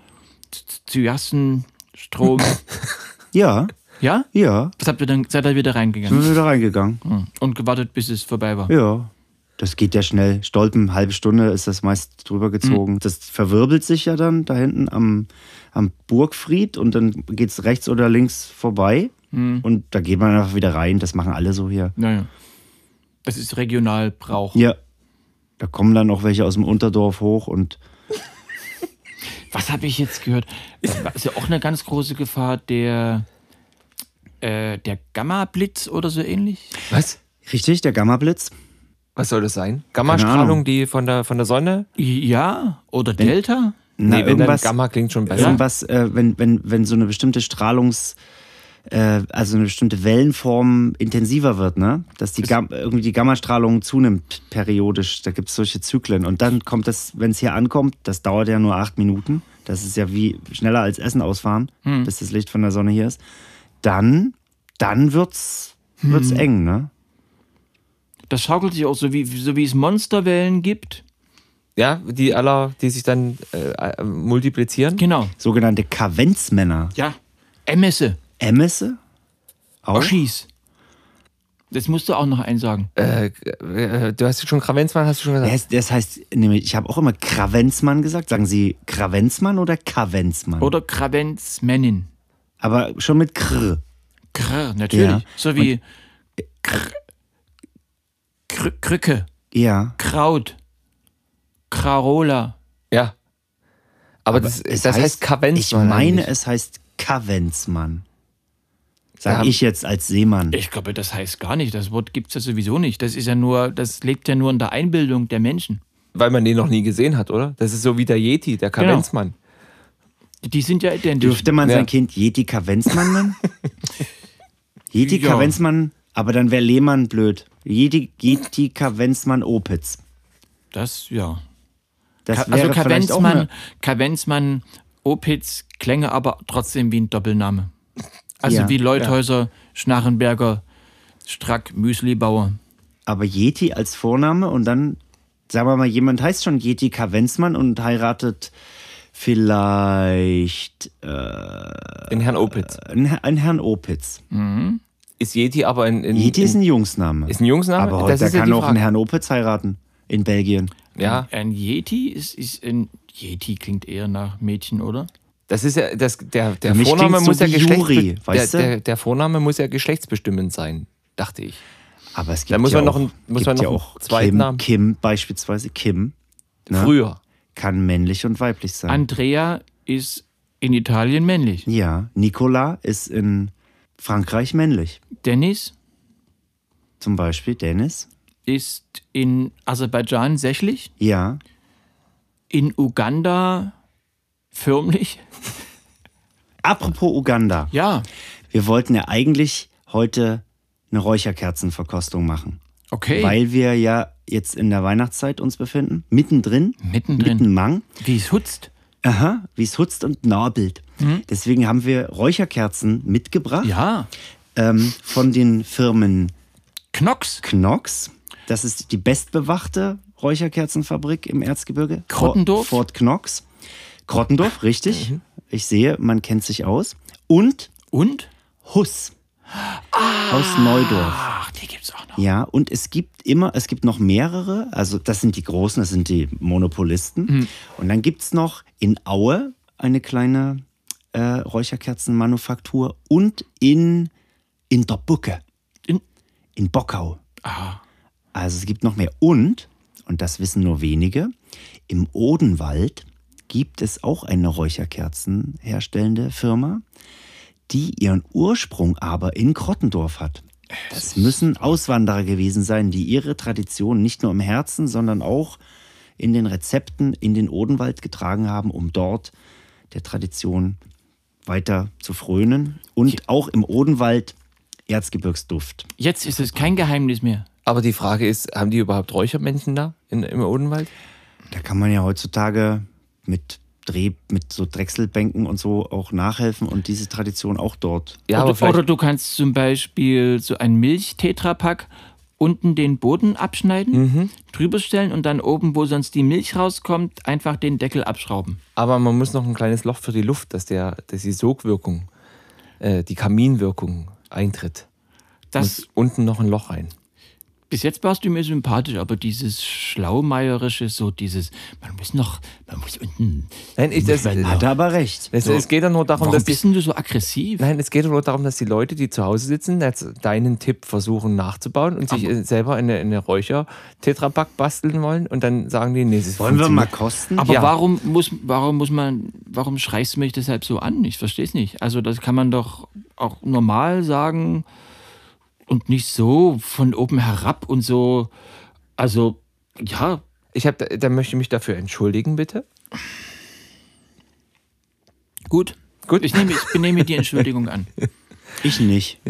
D: Z- Zyassenstrom.
A: Ja,
D: ja?
A: ja.
D: Was habt ihr dann, seid ihr wieder
A: Sind
D: reingegangen
A: wir wieder reingegangen.
D: und gewartet, bis es vorbei war?
A: Mhm. Ja. Das geht ja schnell. Stolpen, halbe Stunde ist das meist drüber gezogen. Das verwirbelt sich ja dann da hinten am, am Burgfried und dann geht es rechts oder links vorbei. Und da geht man einfach wieder rein. Das machen alle so hier.
D: Naja. Das ist Regionalbrauch.
A: Ja. Da kommen dann auch welche aus dem Unterdorf hoch und
D: Was habe ich jetzt gehört? Das ist ja auch eine ganz große Gefahr, der, äh, der Gamma-Blitz oder so ähnlich.
B: Was?
A: richtig, der Gammablitz.
B: Was soll das sein?
A: Keine
B: Gammastrahlung,
A: Ahnung.
B: die von der, von der Sonne?
D: Ja, oder Delta?
A: Na,
B: wenn dann Gamma klingt schon besser.
A: irgendwas, äh, wenn, wenn, wenn so eine bestimmte Strahlungs, äh, also eine bestimmte Wellenform intensiver wird, ne? Dass die Gam irgendwie die Gammastrahlung zunimmt, periodisch. Da gibt es solche Zyklen. Und dann kommt das, wenn es hier ankommt, das dauert ja nur acht Minuten. Das ist ja wie schneller als Essen ausfahren, bis das Licht von der Sonne hier ist. Dann, dann wird's, wird's eng, ne?
D: Das schaukelt sich auch so, wie, so wie es Monsterwellen gibt.
B: Ja, die aller, die sich dann äh, äh, multiplizieren.
D: Genau.
A: Sogenannte Kavenzmänner.
D: Ja. Emesse.
A: Emmesse? Auch?
D: Oschis. Das musst du auch noch einen sagen.
B: Äh, äh, du hast schon Kravenzmann, hast du schon gesagt.
A: Der heißt, das heißt nämlich, ich habe auch immer Kravenzmann gesagt. Sagen Sie Kravenzmann oder Kavenzmann?
D: Oder Kravenzmännin.
A: Aber schon mit Kr.
D: Krr, natürlich.
A: Ja.
D: So wie Kr Kr Krücke,
A: Ja.
D: Kraut, Carola.
B: Ja. Aber, das,
A: Es
B: das heißt, Kavenz.
A: Ich
B: Mann,
A: meine,
B: eigentlich.
A: es heißt Kavenzmann. Sag
B: Ja.
A: ich jetzt als Seemann.
D: Ich glaube, das heißt gar nicht. Das Wort gibt es ja sowieso nicht. Das ist ja nur, das lebt ja nur in der Einbildung der Menschen.
B: Weil man den noch nie gesehen hat, oder? Das ist so wie der Yeti, der
D: Genau.
B: Kavenzmann.
D: Die sind ja identisch.
A: Dürfte man
B: Ja.
A: sein Kind Yeti Kavenzmann nennen? Yeti
D: Ja.
A: Kavenzmann, aber dann wäre Lehmann blöd. Yeti, Yeti Kavenzmann Opitz.
D: Das, ja.
A: Das
D: Ka-
A: wäre
D: also
A: vielleicht auch eine,
D: Kavenzmann, Kavenzmann, Opitz, klänge aber trotzdem wie ein Doppelname. Also
A: Ja,
D: wie Leuthäuser, Schnarrenberger, Strack, Müslibauer.
A: Aber Yeti als Vorname und dann, sagen wir mal, jemand heißt schon Yeti Kavenzmann und heiratet vielleicht äh,
B: In Herrn Opitz.
A: einen, Her- einen Herrn Opitz.
B: Ist Yeti aber in. in,
A: Yeti ist
B: Hm, in
A: ein Jungsname.
B: ist ein Jungsname?
A: aber
B: Das
A: heute
B: ist ja
A: kann
B: die
A: auch ein
B: Frage.
A: Herrn Opitz heiraten in Belgien.
B: ja,
D: Ein Yeti ist, ist ein Yeti klingt eher nach Mädchen, oder?
B: das ist ja. Das, der der
A: mich
B: Vorname
A: klingt's so
B: muss ja
A: wie
B: geschlechtsbe-
A: Juri,
B: der-
A: weißt du?
B: der, der Vorname muss ja geschlechtsbestimmend sein, dachte ich.
A: Aber es gibt
B: Da muss
A: ja
B: man
A: auch,
B: noch einen- muss
A: gibt
B: man noch
A: ja
B: einen
A: auch
B: zweiten
A: Kim,
B: Namen.
A: Kim beispielsweise. Kim Ja.
B: Früher.
A: kann männlich und weiblich sein.
D: Andrea ist in Italien männlich.
A: ja, Nicola ist in Frankreich männlich.
D: Dennis
A: Zum Beispiel Dennis.
D: ist in Aserbaidschan sächlich,
A: Ja,
D: in Uganda förmlich.
A: apropos Uganda.
D: Ja,
A: Wir wollten ja eigentlich heute eine Räucherkerzenverkostung machen,
D: okay.
A: weil wir ja jetzt in der Weihnachtszeit uns befinden, mittendrin,
D: Mittendrin.
A: mittenmang,
D: Wie es hutzt.
A: aha, wie es hutzt und nabelt.
D: Mhm.
A: Deswegen haben wir Räucherkerzen mitgebracht
D: Ja,
A: ähm, von den Firmen
D: Knox.
A: Knox. Das ist die bestbewachte Räucherkerzenfabrik im Erzgebirge.
D: Krottendorf? mhm.
A: Fort Knox. Krottendorf, richtig. Ich sehe, man kennt sich aus. Und
D: Und?
A: Huss
D: Ah.
A: aus Neudorf.
D: Ach, die gibt's auch noch.
A: Ja, und es gibt immer, es gibt noch mehrere, also das sind die großen, das sind die Monopolisten. Und dann gibt es noch in Aue eine kleine äh, Räucherkerzenmanufaktur und in, in der Bucke,
D: In-
A: in Bockau.
D: Ah,
A: Also es gibt noch mehr. Und, und das wissen nur wenige, im Odenwald gibt es auch eine Räucherkerzen herstellende Firma, die ihren Ursprung aber in Krottendorf hat. Das müssen Auswanderer gewesen sein, die ihre Tradition nicht nur im Herzen, sondern auch in den Rezepten in den Odenwald getragen haben, um dort der Tradition weiter zu frönen und auch im Odenwald Erzgebirgsduft.
D: jetzt ist es kein Geheimnis mehr.
B: Aber die Frage ist, haben die überhaupt Räuchermännchen da in, im Odenwald?
A: Da kann man ja heutzutage mit Dreh, mit so Drechselbänken und so auch nachhelfen und diese Tradition auch dort.
B: Ja, aber
D: oder,
B: vielleicht.
D: oder du kannst zum Beispiel so einen Milch-Tetrapack unten den Boden abschneiden,
B: Mhm.
D: drüber stellen und dann oben, wo sonst die Milch rauskommt, einfach den Deckel abschrauben.
B: Aber man muss noch ein kleines Loch für die Luft, dass, der, dass die Sogwirkung, äh, die Kaminwirkung eintritt.
D: Das
B: Muss unten noch ein Loch rein.
D: bis jetzt warst du mir sympathisch, aber dieses schlaumeierische, so dieses, man muss noch, man muss unten.
B: Nein, ich, das,
D: Wenn-
B: es,
A: Hat er aber recht.
B: es geht ja nur darum,
D: Warum
B: dass die,
D: bist denn du so aggressiv?
B: Nein, es geht ja nur darum, dass die Leute, die zu Hause sitzen, jetzt deinen Tipp versuchen nachzubauen und sich äh, selber eine, eine Räucher-Tetrapack basteln wollen und dann sagen die, nee, das
A: Wollen wir mal
B: funktioniert.
A: kosten?
D: Aber
B: Ja.
D: warum muss, warum muss man, warum schreist du mich deshalb so an? Ich verstehe es nicht. Also das kann man doch auch normal sagen und nicht so von oben herab und so. Also ja,
B: Ich hab, da, da möchte ich mich dafür entschuldigen, bitte.
D: gut.
B: Gut.
D: Ich nehme, ich nehme die Entschuldigung an.
A: ich nicht.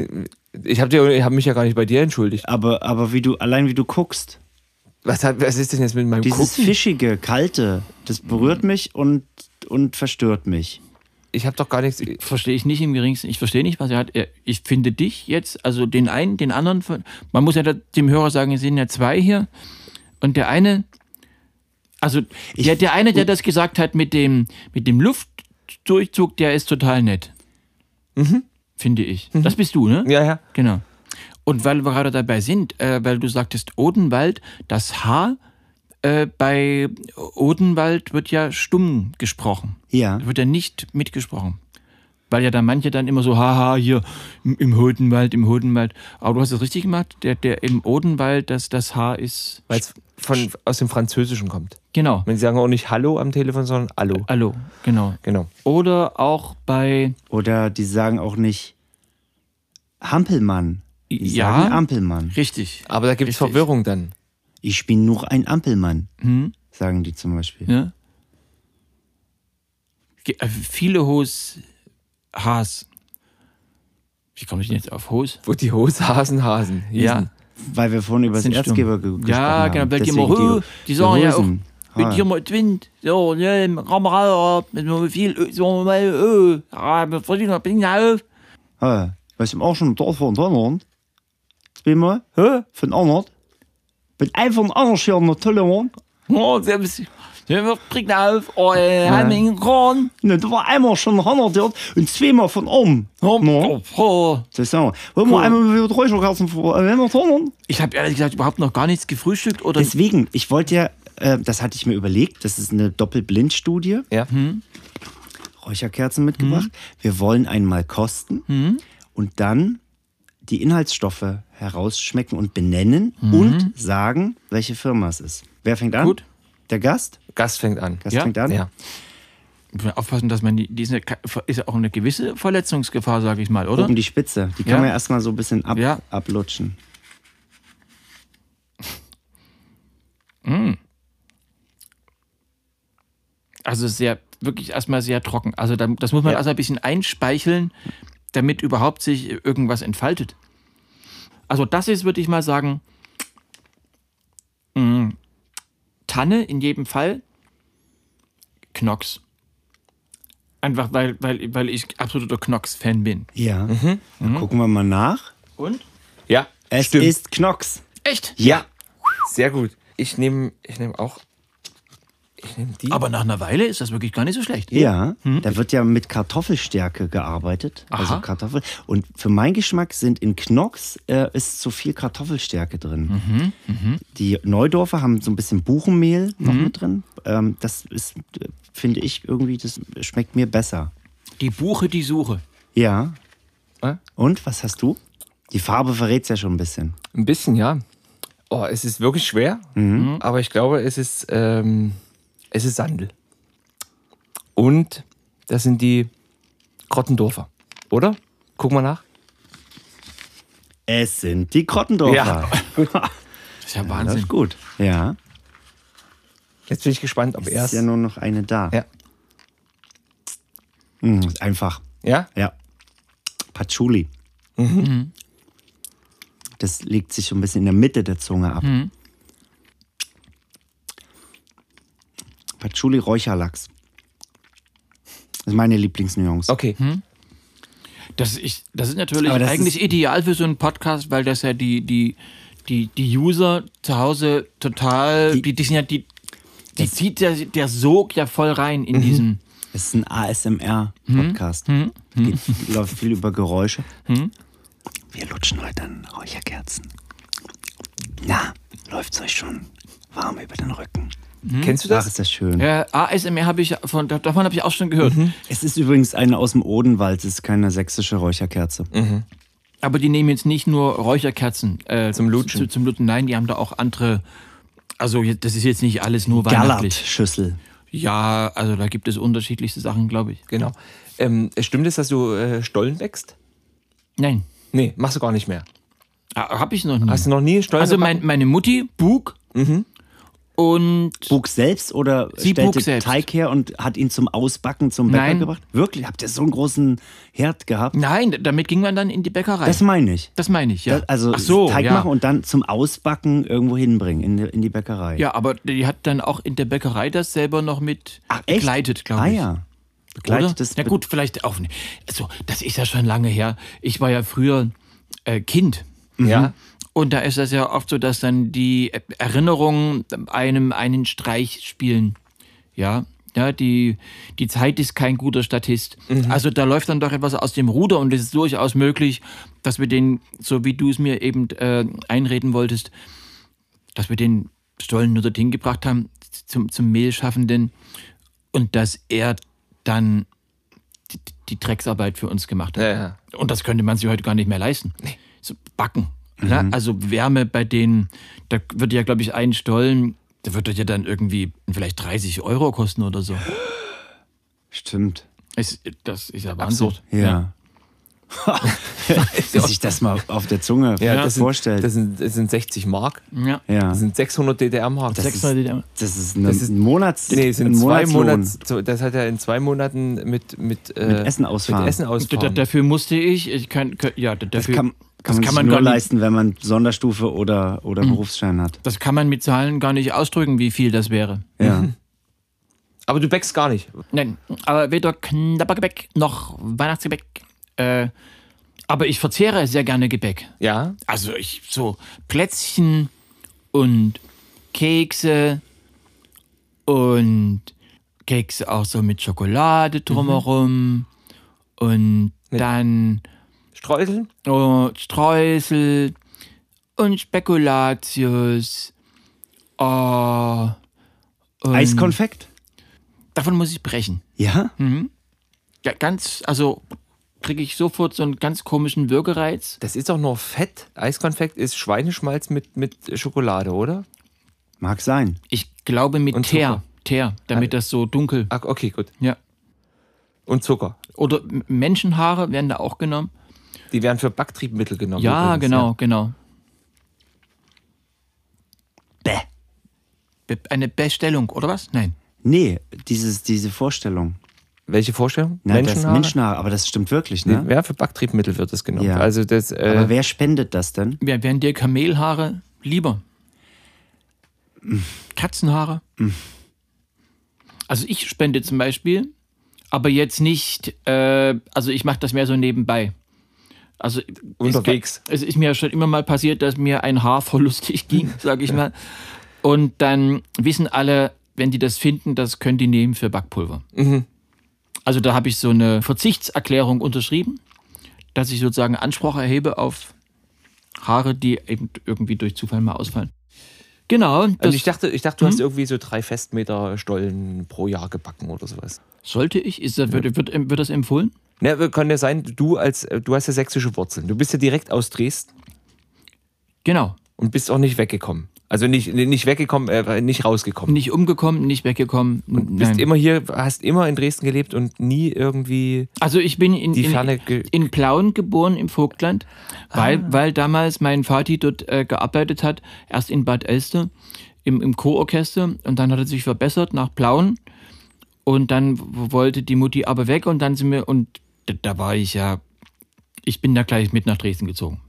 B: Ich habe hab mich ja gar nicht bei dir entschuldigt.
A: Aber, aber wie du, allein wie du guckst,
B: Was, hat, was ist denn jetzt mit meinem
A: dieses
B: Gucken?
A: fischige, kalte, das berührt
D: Mhm.
A: mich und, und verstört mich.
B: Ich habe doch gar nichts.
D: Verstehe ich nicht im geringsten. Ich verstehe nicht, was er hat. Er- Ich finde dich jetzt, also den einen, den anderen. Von, man muss ja da- dem Hörer sagen, es sind ja zwei hier. Und der eine, also der, der eine, der das gesagt hat mit dem, mit dem Luftdurchzug, der ist total nett. Finde ich. Das bist du, ne?
B: Ja, ja.
D: Genau. Und weil wir gerade dabei sind, äh, weil du sagtest Odenwald, das H äh, bei Odenwald wird ja stumm gesprochen
A: Ja.
D: wird ja nicht mitgesprochen. Weil ja da manche dann immer so, haha, hier im- im Hodenwald, im Hodenwald. Aber du hast es richtig gemacht, der, der im Odenwald, das, das H ist.
B: Weil es von- aus dem Französischen kommt.
D: Genau.
B: Und sie sagen auch nicht Hallo am Telefon, sondern Hallo.
D: Hallo, genau.
B: Genau.
D: Oder auch bei,
A: Oder die sagen auch nicht Hampelmann. Die
D: Ja.
A: sagen Ampelmann.
D: richtig,
B: Aber da gibt es
D: Richtig.
B: Verwirrung dann.
A: Ich bin nur ein Ampelmann,
D: Mhm.
A: sagen die zum Beispiel.
D: ne? Ge- äh, Viele Hos, Haas. Wie komme ich denn jetzt auf Hos?
B: Wo die Hose Hasen Hasen. hießen.
D: Ja,
A: Weil wir vorhin über den
D: sind
A: Erzgeber ge
D: stumm.
A: gesprochen
D: Ja,
A: haben.
D: genau, weil die
A: Deswegen Ah.
D: immer, "Hö", die sagen ja auch,
A: Hosen.
D: Mit
A: Ha.
D: hier mal Twint, so, ne, Kamera, mit so viel, so, mal, äh, ah, wir verdienen noch ein bisschen auf.
A: Hä? Was im auch schon im Dorf von Holland. Zweimal, hä? Von Anhalt. Mit einfach ein anderes hier in der Tullermann.
D: Oh, sie haben es, sie haben es, bringt auf, oh, äh, haben einen Kran.
A: Ne, da war einmal schon Holland dort und zweimal von oben.
D: Oh,
A: No.
D: oh, oh.
A: Das sagen wir. Wollen wir einmal wieder Räucherkerzen vor, äh, wenn wir Holland?
D: Ich habe ehrlich gesagt überhaupt noch gar nichts gefrühstückt oder.
A: Deswegen, ich wollte ja, äh, das hatte ich mir überlegt, das ist eine Doppelblindstudie.
B: Ja.
D: Hm.
A: Räucherkerzen mitgebracht. Wir wollen einmal kosten und dann die Inhaltsstoffe herausschmecken und benennen und sagen, welche Firma es ist. Wer fängt an?
D: Gut.
A: Der Gast?
B: Gast fängt an.
A: Gast
D: Ja?
A: fängt an?
B: Ja.
D: Muss man aufpassen, dass man die, diese ist ja auch eine gewisse Verletzungsgefahr, sage ich mal, oder?
A: Um die Spitze. Die kann
D: Ja.
A: man erstmal so ein bisschen ab,
D: Ja.
A: ablutschen.
D: Also sehr, wirklich erstmal sehr trocken. Also da, das muss man erstmal ein bisschen einspeicheln, damit überhaupt sich irgendwas entfaltet. Also das ist, würde ich mal sagen, mm, Tanne in jedem Fall, Knox. Einfach weil, weil, weil ich absoluter Knox-Fan bin.
A: Ja. Dann gucken wir mal nach.
D: Und?
B: Ja.
A: Es
B: stimmt.
A: ist Knox.
D: Echt?
A: Ja.
B: Sehr gut. Ich nehme ich nehm auch. Ich nehme die.
D: Aber nach einer Weile ist das wirklich gar nicht so schlecht.
A: Ja, Hm? da wird ja mit Kartoffelstärke gearbeitet. Also
D: Aha.
A: Kartoffel. Und für meinen Geschmack sind in Knox äh, ist zu viel Kartoffelstärke drin. Die Neudorfer haben so ein bisschen Buchenmehl noch mit drin. Ähm, das ist, äh, finde ich, irgendwie, das schmeckt mir besser.
D: Die Buche, die Suche.
A: Ja.
B: Äh?
A: Und was hast du? Die Farbe verrät es ja schon ein bisschen.
B: Ein bisschen, ja. Oh, es ist wirklich schwer,
A: Mhm.
B: aber ich glaube, es ist, ähm, es ist Sandel. Und das sind die Grottendorfer, oder? Guck mal nach.
A: Es sind die Krottendorfer.
B: Ja.
D: Das ist ja
A: Das
D: Wahnsinn.
A: ist gut. Ja.
B: Jetzt bin ich gespannt, ob
A: Es ist
B: erst.
A: ja nur noch eine da.
B: Ja.
A: Mhm, ist einfach.
B: ja?
A: Ja. Patchouli.
B: Mhm.
A: Das legt sich so ein bisschen in der Mitte der Zunge ab. Patchouli Räucherlachs. Das ist meine Lieblingsnuance.
B: Okay.
D: Hm, Das ist, das ist natürlich
A: Aber das
D: eigentlich
A: ist-
D: ideal für so einen Podcast, weil das ja die, die, die, die User zu Hause total, die, die, sind ja die, die zieht der, der Sog ja voll rein in diesen.
A: Es ist ein ASMR-Podcast.
D: Hm?
A: Geht- Läuft viel über Geräusche. Wir lutschen heute an Räucherkerzen. Na, läuft's euch schon warm über den Rücken?
D: hm.
B: Kennst du
A: Ach,
B: das?
A: ist das schön.
D: Äh, ASMR habe ich von davon habe ich auch schon gehört.
A: Es ist übrigens eine aus dem Odenwald, es ist keine sächsische Räucherkerze.
D: Mhm. Aber die nehmen jetzt nicht nur Räucherkerzen äh,
B: Zum Lutschen.
D: Zu, zum Lutschen. Nein, die haben da auch andere. Also jetzt- das ist jetzt nicht alles nur weihnachtlich.
A: Gallert-Schüssel.
D: Ja, also da gibt es unterschiedlichste Sachen, glaube ich.
B: Genau. Ähm, stimmt es, dass du äh, Stollen wächst?
D: Nein,
B: Nee, machst du gar nicht mehr.
D: habe ich noch nie.
B: Hast du noch nie Stollen
D: Also mein,
B: gebacken?
D: meine Mutti, Bug. Und
A: Bug selbst oder
D: Sie
A: stellte
D: bug selbst.
A: Teig her und hat ihn zum Ausbacken zum Bäcker
D: Nein.
A: gebracht? Wirklich? Habt ihr so einen großen Herd gehabt?
D: nein, damit ging man dann in die Bäckerei.
A: Das
D: Das,
A: meine ich.
D: meine ich, ja.
A: Das- Also
D: Ach so,
A: Teig
D: ja.
A: machen und dann zum Ausbacken irgendwo hinbringen, in die, in die Bäckerei.
D: ja, aber die hat dann auch in der Bäckerei das selber noch mit
A: Ach, echt?
D: begleitet, glaube
A: Ah
D: ich.
A: ja.
D: Oder?
A: Begleitet das
D: Na gut, vielleicht auch nicht. Also, das ist ja schon lange her. Ich war ja früher äh, Kind.
B: Ja.
D: Mhm. Und da ist das ja oft so, dass dann die Erinnerungen einem einen Streich spielen. Ja, ja die, die Zeit ist kein guter Statist.
B: Mhm.
D: Also da läuft dann doch etwas aus dem Ruder und es ist durchaus möglich, dass wir den, so wie du es mir eben äh, einreden wolltest, dass wir den Stollen nur dorthin gebracht haben, zum, zum Mehlschaffenden und dass er dann die, die Drecksarbeit für uns gemacht hat.
B: Ja, ja.
D: Und das könnte man sich heute gar nicht mehr leisten.
A: Mhm.
D: So backen. Ne? Also Wärme bei denen, da würde ja, glaube ich, ein Stollen Der wird euch ja dann irgendwie vielleicht 30 Euro kosten oder so.
A: Stimmt.
D: Ist, das ist ja Wahnsinn.
B: Absurd.
A: Ja. Dass ich das mal auf der Zunge
B: Ja, das,
A: vorstelle.
B: sind, das, sind, das sind 60 Mark.
D: Ja.
A: ja.
B: Das sind 600 DDR-Mark.
A: Das
D: Sechs Leute, die da-
A: Das ist, eine,
B: Das ist-
A: ein Monats,
B: Nee, es
A: ein
B: sind zwei
A: Monatslohn.
B: Monate. so, Das hat er in zwei Monaten mit, mit, äh,
A: Mit Essen ausfahren.
B: Mit Essen
D: Da- da-
B: ausfahren.
D: Dafür musste ich, ich kann, kann- ja, da-
A: Das
D: dafür,
A: kann, kann man sich nur leisten, wenn man Sonderstufe oder, oder Berufsschein hat.
D: das kann man mit Zahlen gar nicht ausdrücken, wie viel das wäre.
A: Ja.
B: Aber du bäckst gar nicht.
D: Nein, aber weder Knabbergebäck noch Weihnachtsgebäck. Äh, aber ich verzehre sehr gerne Gebäck.
B: Ja?
D: Also ich so Plätzchen und Kekse und Kekse auch so mit
B: Mhm.
D: Schokolade drumherum und dann
B: Streuseln?
D: oh, Streusel und Spekulatius. Oh, und
A: Eiskonfekt?
D: davon muss ich brechen.
A: Ja.
D: Ja, ganz, also kriege ich sofort so einen ganz komischen Würgereiz.
B: Das ist doch nur Fett. Eiskonfekt ist Schweineschmalz mit, mit Schokolade, oder?
A: Mag sein.
D: Ich glaube mit
B: Und
D: Teer,
B: Zucker.
D: Teer, damit das so dunkel.
B: Ah, okay, gut.
D: Ja.
B: Und Zucker.
D: Oder M- Menschenhaare werden da auch genommen.
B: Die werden für Backtriebmittel genommen.
D: Ja,
B: übrigens,
D: genau,
B: ja.
D: genau.
A: Bäh.
D: Be- Eine Bestellung, oder was? Nein.
A: Nee, dieses, diese Vorstellung.
B: Welche Vorstellung?
A: Na, Menschenhaare? Das
B: Menschenhaare?
A: Menschenhaare, aber das stimmt wirklich,
B: Nee,
A: ne?
B: Ja, für Backtriebmittel wird das genommen.
A: Ja.
B: Also das,
A: aber
B: äh,
A: wer spendet das denn?
D: Wer wären dir Kamelhaare lieber? Katzenhaare? Also ich spende zum Beispiel, aber jetzt nicht, äh, also ich mache das mehr so nebenbei. Also
B: Unterwegs.
D: Es, es ist mir ja schon immer mal passiert, dass mir ein Haar verlustig ging, sage ich mal. Und dann wissen alle, wenn die das finden, das können die nehmen für Backpulver. Also da habe ich so eine Verzichtserklärung unterschrieben, dass ich sozusagen Anspruch erhebe auf Haare, die eben irgendwie durch Zufall mal ausfallen. Genau, das
B: also ich dachte, ich dachte, du hast irgendwie so drei Festmeter Stollen pro Jahr gebacken oder sowas.
D: sollte ich. Ist, das- wird, wird, wird das empfohlen?
B: Ne, wir- kann ja sein, du als äh, du hast ja sächsische Wurzeln. Du bist ja direkt aus Dresden
D: Genau.
B: und bist auch nicht weggekommen. Also nicht, nicht weggekommen, äh, nicht rausgekommen.
D: Nicht umgekommen, nicht weggekommen.
B: und bist immer hier, hast immer in Dresden gelebt und nie irgendwie
D: Also ich bin in,
B: die Ferne
D: in,
B: ge Ah.
D: in Plauen geboren im Vogtland, weil, weil damals mein Vati dort äh, gearbeitet hat, erst in Bad Elster im, im Chororchester und dann hat er sich verbessert nach Plauen und dann w- wollte die Mutti aber weg und dann sind wir und da, da war ich ja, ich bin da gleich mit nach Dresden gezogen.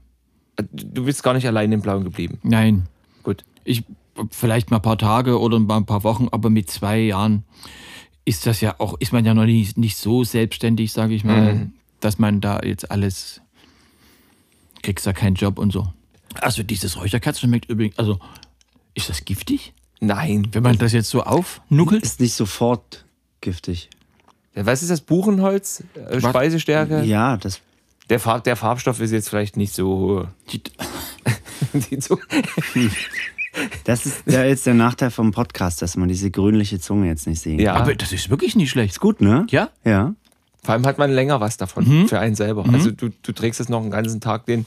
B: Du bist gar nicht allein im Blauen geblieben.
D: Nein,
B: Gut.
D: ich vielleicht mal ein paar Tage oder mal ein paar Wochen, aber mit zwei Jahren ist das ja auch, ist man ja noch nicht, nicht so selbstständig, sage ich mal, dass man da jetzt alles kriegst da keinen Job und so. Also dieses Räucherkatzen schmeckt übrigens, also ist das giftig,
B: Nein.
D: wenn man das jetzt so aufnuckelt?
A: Ist nicht sofort giftig.
B: Ja, Was ist das? Buchenholz? Äh,
D: Was?
B: Speisestärke?
A: Ja, das.
B: Der, Farb, der Farbstoff ist jetzt vielleicht nicht so. Die Zunge-
A: Das ist ja jetzt der Nachteil vom Podcast, dass man diese grünliche Zunge jetzt nicht sehen
B: ja,
A: kann.
D: Aber das ist wirklich nicht schlecht.
A: Ist gut, ne?
D: Ja?
A: Ja.
B: vor allem hat man länger was davon für einen selber. Also du, du trägst es noch einen ganzen Tag den.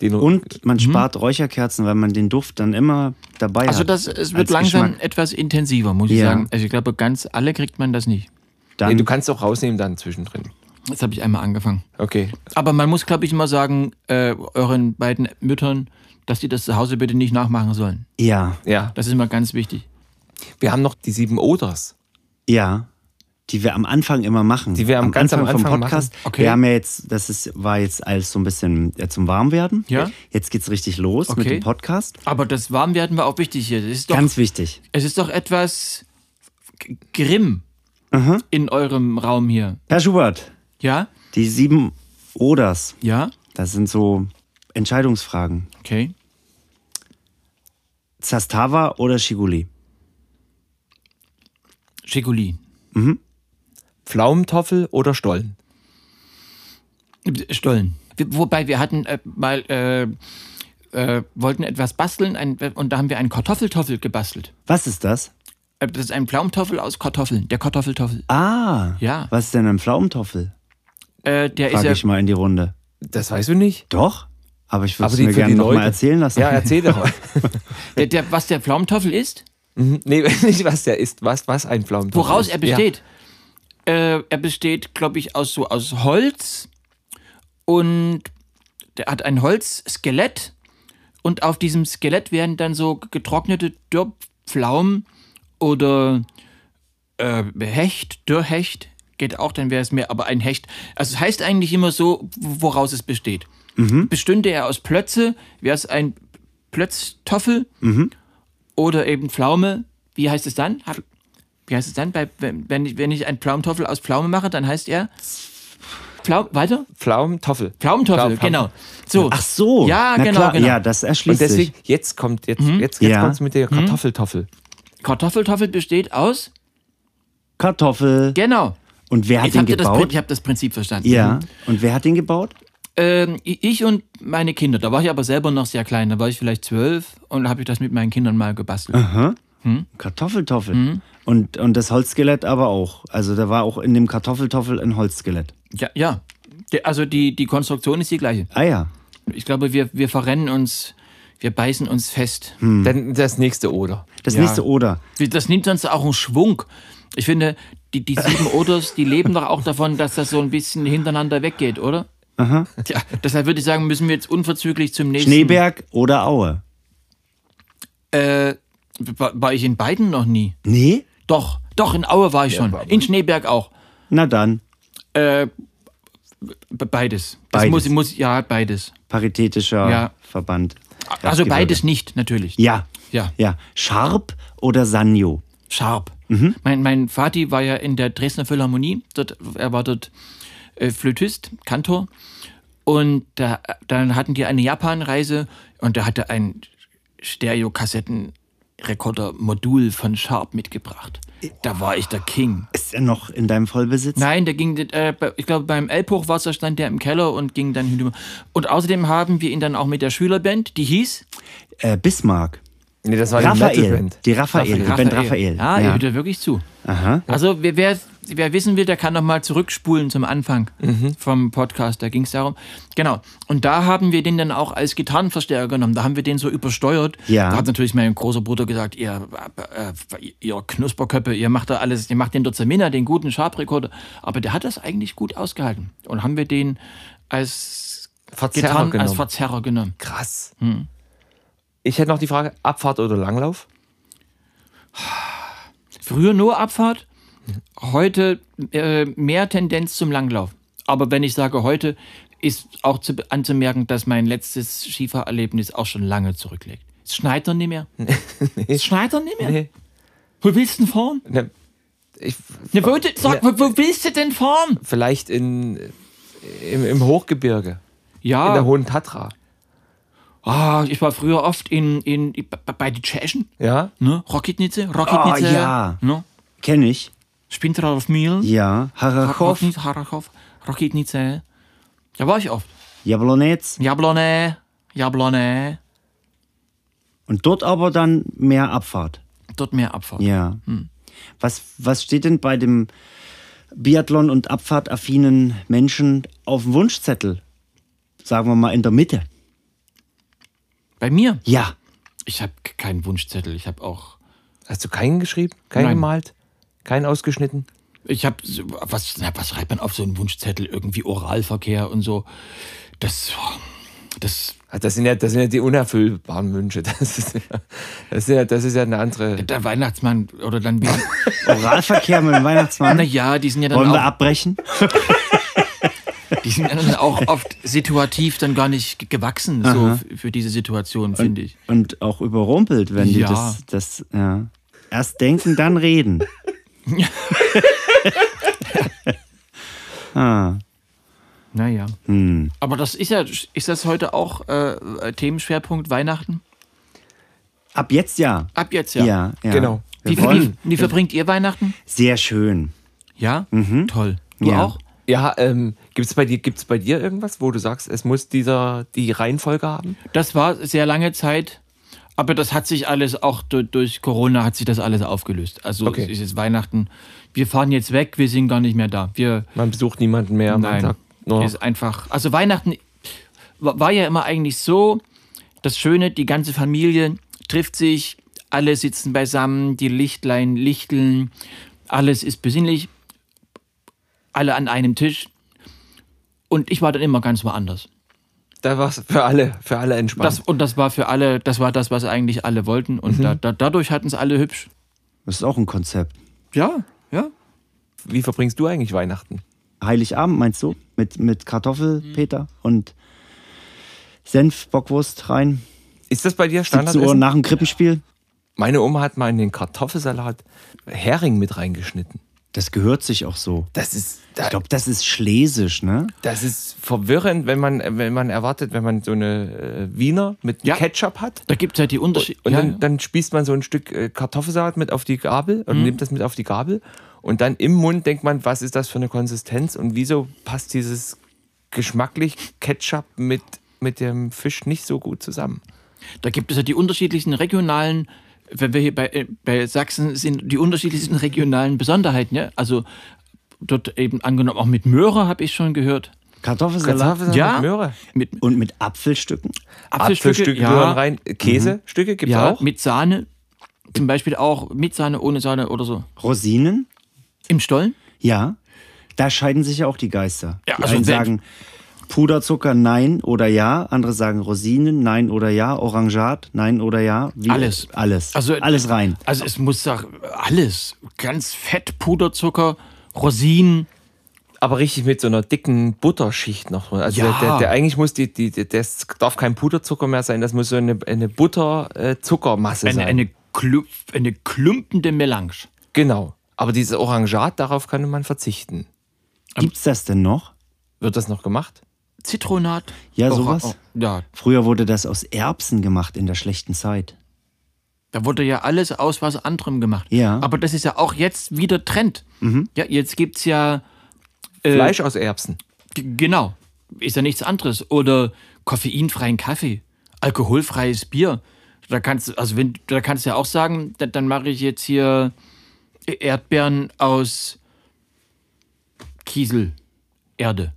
B: den
A: Und man spart Räucherkerzen, weil man den Duft dann immer dabei
D: Mhm. Also
A: hat.
D: das, es
A: als
D: wird langsam
A: Geschmack.
D: etwas intensiver, muss ich
A: Ja.
D: sagen. Also ich glaube, ganz alle kriegt man das nicht.
B: nee,
A: Dann,
B: du kannst auch rausnehmen dann zwischendrin.
D: Jetzt habe ich einmal angefangen.
B: Okay.
D: Aber man muss, glaube ich, mal sagen, äh, euren beiden Müttern, dass die das zu Hause bitte nicht nachmachen sollen.
A: ja,
B: Ja.
D: Das ist immer ganz wichtig.
B: Wir haben noch die sieben Oders.
A: ja, die wir am Anfang immer machen.
B: Die wir am- ganz am Anfang
A: vom Podcast.
D: machen. Okay.
A: Wir haben ja jetzt, das ist, war jetzt alles so ein bisschen äh, zum Warmwerden.
D: Ja.
A: Jetzt geht's richtig los mit
D: Okay.
A: dem Podcast.
D: Aber das Warmwerden war auch wichtig hier. Es ist doch,
A: Ganz wichtig.
D: es ist doch etwas g- grimm in eurem Raum hier.
A: Herr Schubert,
D: Ja?
A: die sieben Oders,
D: Ja?
A: das sind so Entscheidungsfragen.
D: Okay.
A: Zastava oder Schiguli?
D: Schikuli.
B: Pflaumentoffel oder Stollen?
D: Stollen. Wir- Wobei wir hatten äh, mal, äh, äh, wollten etwas basteln ein, und da haben wir einen Kartoffeltoffel gebastelt.
A: Was ist das?
D: Äh, Das ist ein Pflaumentoffel aus Kartoffeln, der Kartoffeltoffel.
A: Ah,
D: Ja.
A: was ist denn ein Pflaumentoffel?
D: Äh, der ist
A: Frage
D: ja
A: ich mal in die Runde.
B: Das weißt du nicht.
A: Doch, aber ich würde
B: Aber
A: es
B: die,
A: mir
B: für die
A: gerne noch
B: Leute.
A: mal erzählen lassen.
B: Ja, erzähl doch.
D: Der, der, was der Pflaumentoffel ist?
B: Nee, nicht was der ist, was, was ein Pflaumentopf
D: Woraus
B: ist.
D: er besteht? Äh, er besteht, glaube ich, aus so aus Holz und der hat ein Holzskelett und auf diesem Skelett werden dann so getrocknete Dürrpflaumen oder äh, Hecht, Dürrhecht geht auch, dann wäre es mehr, aber ein Hecht. Also es heißt eigentlich immer so, woraus es besteht. Bestünde er aus Plötze, wäre es ein Plötztoffel oder eben Pflaume. Wie heißt es dann? Hab- Wie heißt es dann? Bei, wenn, wenn ich, wenn ich einen Pflaumentoffel aus Pflaume mache, dann heißt er. Pflau weiter?
B: Ja. Pflaumentoffel.
D: Pflaumentoffel,
B: Pflaumen-
D: genau. So.
A: Ach so.
D: Ja,
A: Na
D: genau,
A: klar.
D: genau.
A: Ja, das erschließt
B: Und deswegen,
A: sich.
B: jetzt kommt, jetzt, jetzt, jetzt
A: Ja.
B: kommt's mit der Kartoffeltoffel.
D: Kartoffeltoffel besteht aus.
A: Kartoffel.
D: Genau.
A: Und wer hat
D: Jetzt
A: den
D: habt ihr das, Mhm. Prin-
A: gebaut?
D: ich habe das Prinzip verstanden.
A: ja. Und wer hat den gebaut?
D: Ähm, i- ich und meine Kinder, da war ich aber selber noch sehr klein, da war ich vielleicht zwölf und habe ich das mit meinen Kindern mal gebastelt.
A: Ah. Kartoffeltoffel.
D: Mhm.
A: Und, und das Holzskelett aber auch. Also da war auch in dem Kartoffeltoffel ein Holzskelett.
D: Ja, ja. Der- Also die, die Konstruktion ist die gleiche.
A: Ah ja.
D: Ich glaube, wir, wir verrennen uns, wir beißen uns fest.
B: Dann das nächste oder.
A: Das
B: Ja.
A: nächste oder.
D: Das nimmt sonst auch einen Schwung. Ich finde, die, die sieben Oders, die leben doch auch davon, dass das so ein bisschen hintereinander weggeht, oder? Aha. Tja, deshalb würde ich sagen, müssen wir jetzt unverzüglich zum nächsten.
A: Schneeberg oder Aue?
D: Äh, war, war ich in beiden noch nie.
A: Nee?
D: Doch, doch, in Aue war ich schon. In Schneeberg auch.
A: Na dann.
D: Äh, be- beides. Das
A: Beides.
D: muss, muss, ja, beides.
A: Paritätischer
D: Ja.
A: Verband.
D: Also
A: Erzgebirge.
D: beides nicht, natürlich.
A: Ja.
D: Ja.
A: Ja. Scharp oder Sanjo?
D: Scharp.
A: Mhm.
D: Mein, mein Vati war ja in der Dresdner Philharmonie. Dort, er war dort äh, Flötist, Kantor. Und da, dann hatten die eine Japan-Reise und er hatte ein Stereokassettenrekorder-Modul von Sharp mitgebracht. Da war ich der King.
A: Ist er noch in deinem Vollbesitz?
D: Nein, der ging, äh, bei- ich glaube, beim Elbhochwasser stand der im Keller und ging dann hinüber. Und außerdem haben wir ihn dann auch mit der Schülerband, die hieß
A: Äh, Bismarck.
B: Nee, das war die
A: Raphael.
B: Metalband.
A: Die Raphael. Die Band Raphael.
D: Ja, Ah, ihr hört ja wirklich zu. Also wer, wer, wer wissen will, der kann nochmal zurückspulen zum Anfang
B: Mhm.
D: vom Podcast. Da ging es darum. Genau. Und da haben wir den dann auch als Gitarrenverstärker genommen. Da haben wir den so übersteuert.
A: Ja.
D: Da hat natürlich mein großer Bruder gesagt, ihr, äh, ihr Knusperköppe, ihr macht da alles, ihr macht den Dozamina, den guten Sharp-Rekorder. Aber der hat das eigentlich gut ausgehalten. Und haben wir den als
B: Verzerrer
D: Gitarren, als
B: genommen.
D: Verzerrer genommen.
B: Krass.
D: Hm.
B: Ich hätte noch die Frage, Abfahrt oder Langlauf?
D: Früher nur Abfahrt, heute äh, mehr Tendenz zum Langlauf. Aber wenn ich sage heute, ist auch zu, anzumerken, dass mein letztes Skifahrerlebnis auch schon lange zurückliegt. Es schneit doch nicht mehr. Es schneit doch nicht mehr.
B: Nee.
D: Wo willst du denn fahren?
B: Ne, ich,
D: Ne, wo, du- sag, wo, wo willst du denn fahren?
B: vielleicht in, im, im Hochgebirge, in der
D: Ja,
B: Hohen Tatra.
D: ah, ich war früher oft in, in, bei den Tschechen.
B: Ja?
D: Ne? Rocketnitze, Rocketnitze.
A: Ah, ja.
D: Ne?
A: Kenn ich.
D: Spinter auf Miel.
A: Ja. Harachow.
D: Rocketnitze, Harachow, Rocketnitze. Da war ich oft.
A: Jablonetz.
D: Jablone, Jablone,
A: Und dort aber dann mehr Abfahrt.
D: dort mehr Abfahrt.
A: Ja.
D: Hm.
A: Was, was steht denn bei dem Biathlon- und abfahrtaffinen Menschen auf dem Wunschzettel? Sagen wir mal in der Mitte.
D: Bei mir?
A: Ja.
D: Ich habe keinen Wunschzettel. Ich habe auch.
B: Hast du keinen geschrieben? Keinen
D: Nein.
B: gemalt? Keinen ausgeschnitten?
D: Ich habe. Was, na, was schreibt man auf so einen Wunschzettel? Irgendwie Oralverkehr und so. Das. Das.
B: Ah, Das sind, ja, das sind ja die unerfüllbaren Wünsche. Das ist, ja- das ist, ja, das ist ja eine andere.
D: Der Weihnachtsmann oder dann wieder.
A: Oralverkehr mit dem Weihnachtsmann.
D: naja, die sind ja genau.
A: Wollen
D: dann
A: wir
D: auch,
A: abbrechen?
D: die sind ja dann auch oft situativ dann gar nicht ge- gewachsen, so f- für diese Situation, finde ich.
A: Und auch überrumpelt, wenn die
D: Ja.
A: das, das ja. erst denken, dann reden.
D: Naja.
A: Hm.
D: Aber das ist ja, ist das heute auch äh, Themenschwerpunkt Weihnachten?
A: Ab jetzt ja.
D: Ab jetzt ja.
A: Ja, ja.
B: Genau.
A: Wir
D: Wie, wie,
A: wollen
D: wie verbringt ihr Weihnachten?
A: sehr schön.
D: Ja? Toll. Du
A: Ja.
D: auch?
B: Ja, ähm, gibt es bei, dir- gibt's bei dir irgendwas, wo du sagst, es muss dieser, die Reihenfolge haben?
D: Das war sehr lange Zeit, aber das hat sich alles auch du- durch Corona hat sich das alles aufgelöst. Also
B: Okay.
D: es ist jetzt Weihnachten. Wir fahren jetzt weg, wir sind gar nicht mehr da. Wir
B: Man besucht niemanden mehr. Man
D: nein,
B: sagt nur,
D: ist einfach. Also Weihnachten wa- war ja immer eigentlich so das Schöne, die ganze Familie trifft sich alle sitzen beisammen, die Lichtlein lichteln, alles ist besinnlich, alle an einem Tisch. Und ich war dann immer ganz woanders.
B: Da war es für alle, für alle entspannt.
D: Das, und das war für alle, das war das, was eigentlich alle wollten. Und
B: Mhm.
D: da, da, dadurch hatten es alle hübsch.
A: Das ist auch ein Konzept.
D: Ja, ja.
B: Wie verbringst du eigentlich Weihnachten?
A: Heiligabend, meinst du? Mit, mit
D: Mhm.
A: Kartoffelpeter und Senf, Bockwurst rein.
B: Ist das bei
A: 17
B: dir
A: Uhr
B: Standardessen?
A: nach dem Krippenspiel.
B: Meine Oma hat mal in den Kartoffelsalat Hering mit reingeschnitten.
A: Das gehört sich auch so.
B: Das ist,
A: Ich glaube, das ist schlesisch, ne?
B: das ist verwirrend, wenn man, wenn man erwartet, wenn man so eine äh, Wiener mit
D: Ja.
B: Ketchup hat.
D: Da gibt es halt die Unterschiede.
B: Und
D: ja,
B: dann, dann spießt man so ein Stück äh, Kartoffelsalat mit auf die Gabel
D: Mhm.
B: und nimmt das mit auf die Gabel. Und dann im Mund denkt man, was ist das für eine Konsistenz und wieso passt dieses geschmacklich Ketchup mit, mit dem Fisch nicht so gut zusammen?
D: Da gibt es ja die unterschiedlichen regionalen, wenn wir hier bei, äh, bei Sachsen sind, die unterschiedlichsten regionalen Besonderheiten. Ja? Also dort eben angenommen, auch mit Möhre habe ich schon gehört.
A: Kartoffelsalat
B: Kartoffelsalat
D: Ja.
B: mit Möhre.
D: Mit
A: und mit Apfelstücken.
B: Apfelstücke Mhm. gehören rein. Käsestücke gibt es
D: ja,
B: auch.
D: mit Sahne. Zum Beispiel auch mit Sahne, ohne Sahne oder so.
A: Rosinen,
D: Im Stollen?
A: ja. Da scheiden sich ja auch die Geister.
D: Ja,
A: die
D: also
A: einen
D: wenn-
A: sagen Puderzucker, nein oder ja. Andere sagen Rosinen, nein oder ja. Orangat, nein oder ja. Wie-
D: Alles.
A: Alles.
D: Also-
A: alles rein.
D: Also es muss doch alles. Ganz Fett, Puderzucker, Rosinen.
B: Aber richtig mit so einer dicken Butterschicht noch drin. Also
D: Ja.
B: der, der, der eigentlich muss die, die, die, das darf kein Puderzucker mehr sein, das muss so eine, eine Butter-Zuckermasse sein.
D: Eine, eine, Klump, eine klumpende Melange.
B: genau. Aber dieses Orangat, darauf kann man verzichten.
A: Gibt's das denn noch?
B: Wird das noch gemacht?
D: Zitronat.
A: Ja,
D: Ora-
A: sowas.
D: Oh, ja,
A: Früher wurde das aus Erbsen gemacht in der schlechten Zeit.
D: Da wurde ja alles aus was anderem gemacht.
A: Ja. Mhm.
D: Aber das ist ja auch jetzt wieder Trend. Ja, jetzt gibt es ja, äh,
B: Fleisch aus Erbsen.
D: g- genau, ist ja nichts anderes. Oder koffeinfreien Kaffee, alkoholfreies Bier. Da kannst du, also wenn, da kannst du ja auch sagen, da, dann mache ich jetzt hier Erdbeeren aus Kieselerde.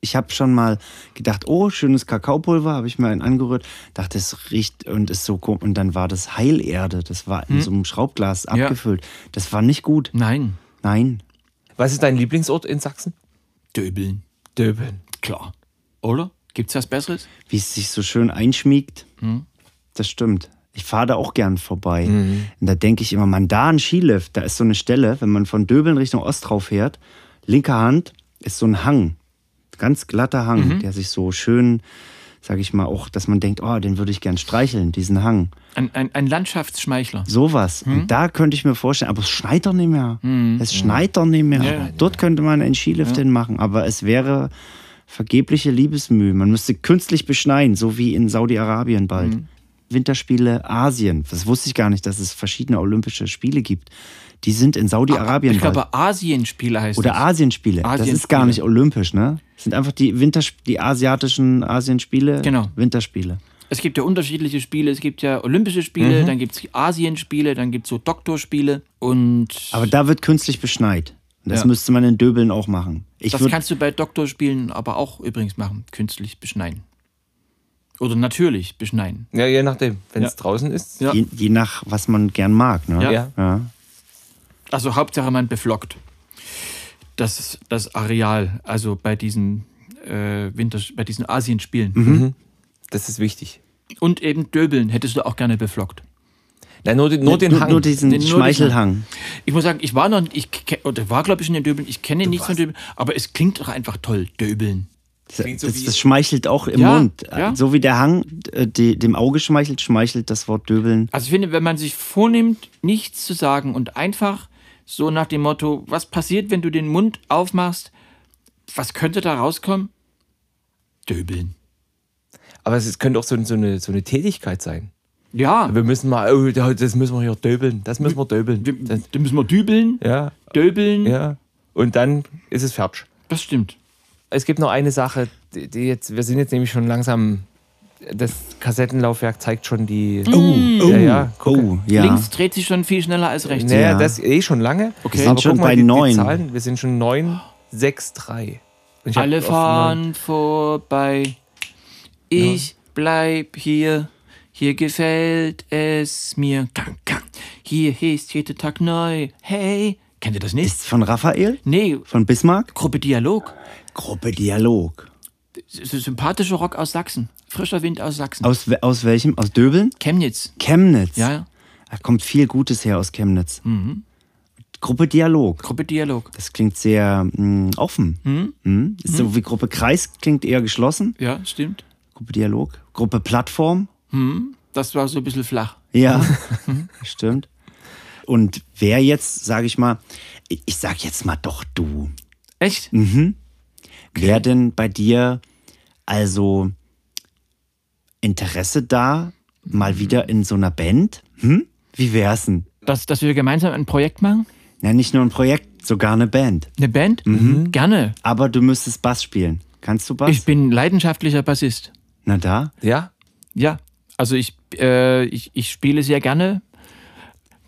A: Ich habe schon mal gedacht, oh, schönes Kakaopulver, habe ich mir einen angerührt, dachte, es riecht und ist so komisch. Und dann war das Heilerde, das war in so einem Schraubglas
D: Ja.
A: abgefüllt. Das war nicht gut.
D: Nein.
A: Nein.
B: Was ist dein Lieblingsort in Sachsen?
D: Döbeln.
B: Döbeln.
D: Klar. Oder? Gibt's was Besseres?
A: Wie es sich so schön einschmiegt, das stimmt. Ich fahre da auch gern vorbei. Und da denke ich immer, man, da ein Skilift, da ist so eine Stelle, wenn man von Döbeln Richtung Ost drauf fährt, linker Hand ist so ein Hang, ganz glatter Hang, der sich so schön, sage ich mal, auch, dass man denkt, oh, den würde ich gern streicheln, diesen Hang.
D: Ein, ein, ein Landschaftsschmeichler.
A: Sowas.
D: Hm?
A: Und da könnte ich mir vorstellen, aber es schneit doch nicht mehr. Es schneit doch nicht mehr.
D: Ja.
A: Dort könnte man einen Skilift hinmachen, aber es wäre vergebliche Liebesmühe. Man müsste künstlich beschneien, so wie in Saudi-Arabien bald.
D: Hm.
A: Winterspiele Asien. Das wusste ich gar nicht, dass es verschiedene olympische Spiele gibt. Die sind in Saudi-Arabien
D: Ich
A: bald.
D: glaube, Asienspiele heißt
A: Oder
D: das.
A: Asienspiele. Das ist gar
D: Asienspiele.
A: nicht olympisch, ne? Das sind einfach die Winters die asiatischen Asienspiele,
D: Genau.
A: Winterspiele.
D: Es gibt ja unterschiedliche Spiele. Es gibt ja Olympische
A: Mhm.
D: Spiele, dann gibt es Asienspiele, dann gibt es so Doktorspiele. Und
A: Aber da wird künstlich beschneit. Und das
D: Ja.
A: müsste man in Döbeln auch machen. Ich
D: das
A: würd-
D: kannst du bei Doktorspielen aber auch übrigens machen. Künstlich beschneien. Oder natürlich beschneien.
B: Ja, je nachdem. Wenn es
D: Ja.
B: draußen ist.
D: Ja.
A: Je, je nach, was man gern mag. Ne?
D: Ja.
B: Ja.
D: Also Hauptsache man beflockt. Das, das Areal, also bei diesen äh, Winters, bei diesen Asienspielen.
A: Mhm.
B: Das ist wichtig.
D: Und eben Döbeln hättest du auch gerne beflockt.
B: Nein, nur, die- nur den
A: nur,
B: Hang.
A: nur diesen
D: Nee, nur
A: Schmeichelhang.
D: Ich muss sagen, ich war noch, ich ke- oder war glaube ich schon in Döbeln, ich kenne nichts von Döbeln, aber es klingt doch einfach toll, Döbeln.
B: Klingt so
A: das,
B: wie-
A: das schmeichelt auch im
D: Ja,
A: Mund.
D: ja.
A: So wie der Hang äh, die, dem Auge schmeichelt, schmeichelt das Wort Döbeln.
D: Also ich finde, wenn man sich vornimmt, nichts zu sagen und einfach so nach dem Motto, was passiert, wenn du den Mund aufmachst, was könnte da rauskommen? Döbeln.
B: Aber es ist- könnte auch so, so, eine, so eine Tätigkeit sein.
D: Ja,
B: Wir müssen mal, oh, da- das müssen wir hier döbeln. Das müssen wir döbeln. Das,
D: da müssen wir dübeln,
B: ja,
D: döbeln.
B: ja. Und dann ist es fertig.
D: Das stimmt.
B: Es gibt noch eine Sache, die, die jetzt, wir sind jetzt nämlich schon langsam. Das Kassettenlaufwerk zeigt schon die.
A: Oh,
B: Ja, ja, guck.
A: oh, ja.
D: Links dreht sich schon viel schneller als rechts.
B: Naja,
A: Ja.
B: das eh schon lange.
D: Okay.
B: Wir
D: sind
A: schon bei
B: die,
A: neun.
B: Die Zahlen, wir sind schon 9, 6, 3.
D: Alle fahren vorbei. Ich bleib hier. Hier gefällt es mir. Gang, gang. Hier ist jeder Tag neu. Hey. Kennt ihr das nicht?
A: Ist von Raphael?
D: Nee,
A: Von Bismarck?
D: Gruppe Dialog.
A: Gruppe Dialog.
D: S -s Sympathischer Rock aus Sachsen. Frischer Wind aus Sachsen.
A: Aus, we- aus welchem? Aus Döbeln?
D: Chemnitz.
A: Chemnitz.
D: Ja, ja.
A: Da kommt viel Gutes her aus Chemnitz.
B: Mhm.
A: Gruppe Dialog.
D: Gruppe Dialog.
A: Das klingt sehr mh, offen. Mhm. Ist So wie Gruppe Kreis klingt eher geschlossen.
D: Ja, stimmt.
A: Gruppe Dialog. Gruppe Plattform.
D: Das war so ein bisschen flach.
A: Ja,
B: Mhm.
A: stimmt. Und wer jetzt, sage ich mal, ich ich sag jetzt mal doch du.
D: Echt?
A: Wer denn bei dir also Interesse da, mal
B: Mhm.
A: wieder in so einer Band? Hm? Wie wär's denn?
D: Dass, dass wir gemeinsam ein Projekt machen?
A: Na, nicht nur ein Projekt, sogar eine Band.
D: Eine Band? Gerne.
A: Aber du müsstest Bass spielen. Kannst du Bass?
D: Ich bin leidenschaftlicher Bassist.
A: Na da?
B: Ja?
D: Ja. Also ich, äh, ich, ich spiele sehr gerne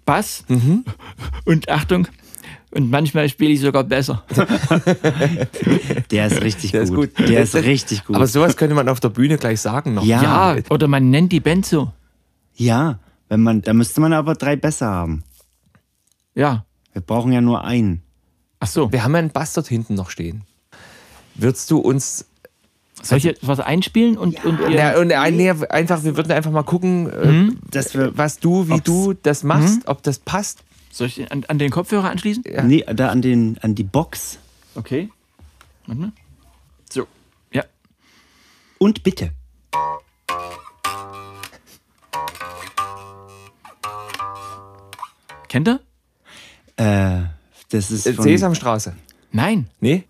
D: Bass.
A: Mhm.
D: Und Achtung. Und manchmal spiele ich sogar besser.
A: Der ist richtig
B: Der ist
A: gut.
B: gut.
A: Der ist richtig gut.
B: Aber sowas könnte man auf der Bühne gleich sagen noch.
A: Ja.
D: ja. Oder man nennt die Band so.
A: ja, wenn man, da müsste man aber drei besser haben.
D: Ja.
A: Wir brauchen ja nur einen.
D: Ach so.
B: Wir haben ja einen Bass dort hinten noch stehen. Würdest du uns.
D: Soll ich jetzt was einspielen und, und ihr,
B: Na, und ein, nee, einfach, wir würden einfach mal gucken, äh,
A: Dass wir,
B: was du,
A: Mhm.
B: wie
A: Ob's- Mhm.
B: du das machst, ob das passt.
D: soll ich den an, an den Kopfhörer anschließen?
B: Ja.
A: Nee, da an, den, an die Box.
D: Okay. Warte mal. So. Ja.
A: Und bitte.
D: Kennt ihr?
A: Äh, das ist
B: Äh,
A: von,
B: Sesamstraße.
D: Nein.
B: Nee?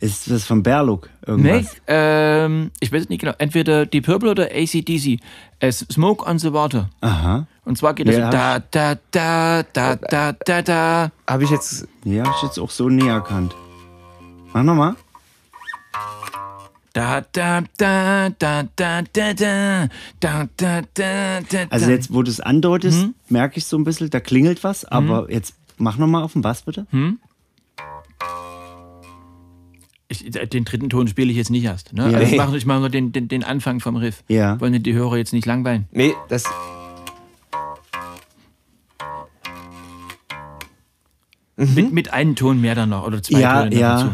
A: ist das von Berluk
D: Nee,
A: irgendwas?
D: ähm, ich weiß es nicht genau. Entweder die Purple oder ACDC. Es Äh, Smoke on the Water.
A: Aha.
D: Und zwar geht das
A: Ja,
D: so da, da, da, da, da, da, da.
B: Habe ich jetzt.
A: Ja, hab ich jetzt auch so nie erkannt. Mach nochmal.
D: Da, da, da, da, da, da, da, da, da, da, da.
A: Also
D: da.
A: jetzt, wo du es andeutest,
D: Hm?
A: merke ich so ein bisschen, da klingelt was, aber jetzt mach nochmal auf den Bass bitte.
D: Hm? Ich, äh, den dritten Ton spiele ich jetzt nicht erst. Ne?
A: Ja.
D: Also ich mache ich mach nur den, den, den Anfang vom Riff.
A: Ja.
D: Wollen die Hörer jetzt nicht langweilen.
B: Nee, das.
D: Mit, mit einem Ton mehr dann noch oder zwei
A: Mhm. Ja,
D: Tonen noch
A: ja.
D: dazu.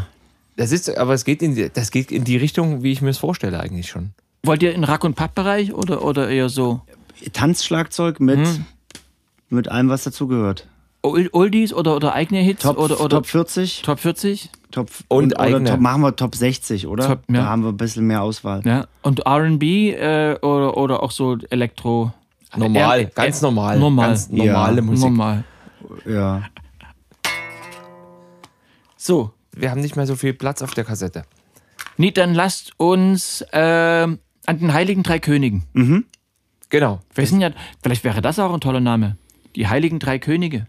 B: Das ist, aber es geht in die, das geht in die Richtung, wie ich mir es vorstelle, eigentlich schon.
D: Wollt ihr in Rack- und Papp-Bereich oder, oder eher so
A: Tanzschlagzeug mit,
D: Hm?
A: mit allem, was dazugehört.
D: Ol- Oldies oder, oder eigene Hits?
A: Top,
D: oder, oder
A: Top 40,
D: Top 40?
A: Top
B: Und
A: oder
B: eigene.
A: top, machen wir Top 60, oder?
D: Top, ja.
A: Da haben wir ein bisschen mehr Auswahl.
D: Ja, und RB äh, oder, oder auch so Elektro.
B: Normal,
D: Äh, äh,
B: ganz
D: äh,
B: normal.
D: Normal.
B: Ganz normale
A: Ja,
B: Musik.
D: Normal.
A: Ja.
D: So,
B: Wir haben nicht mehr so viel Platz auf der Kassette.
D: nee, dann lasst uns ähm, an den Heiligen Drei Königen.
B: Genau.
D: Wir sind ja, vielleicht wäre das auch ein toller Name. Die Heiligen Drei Könige.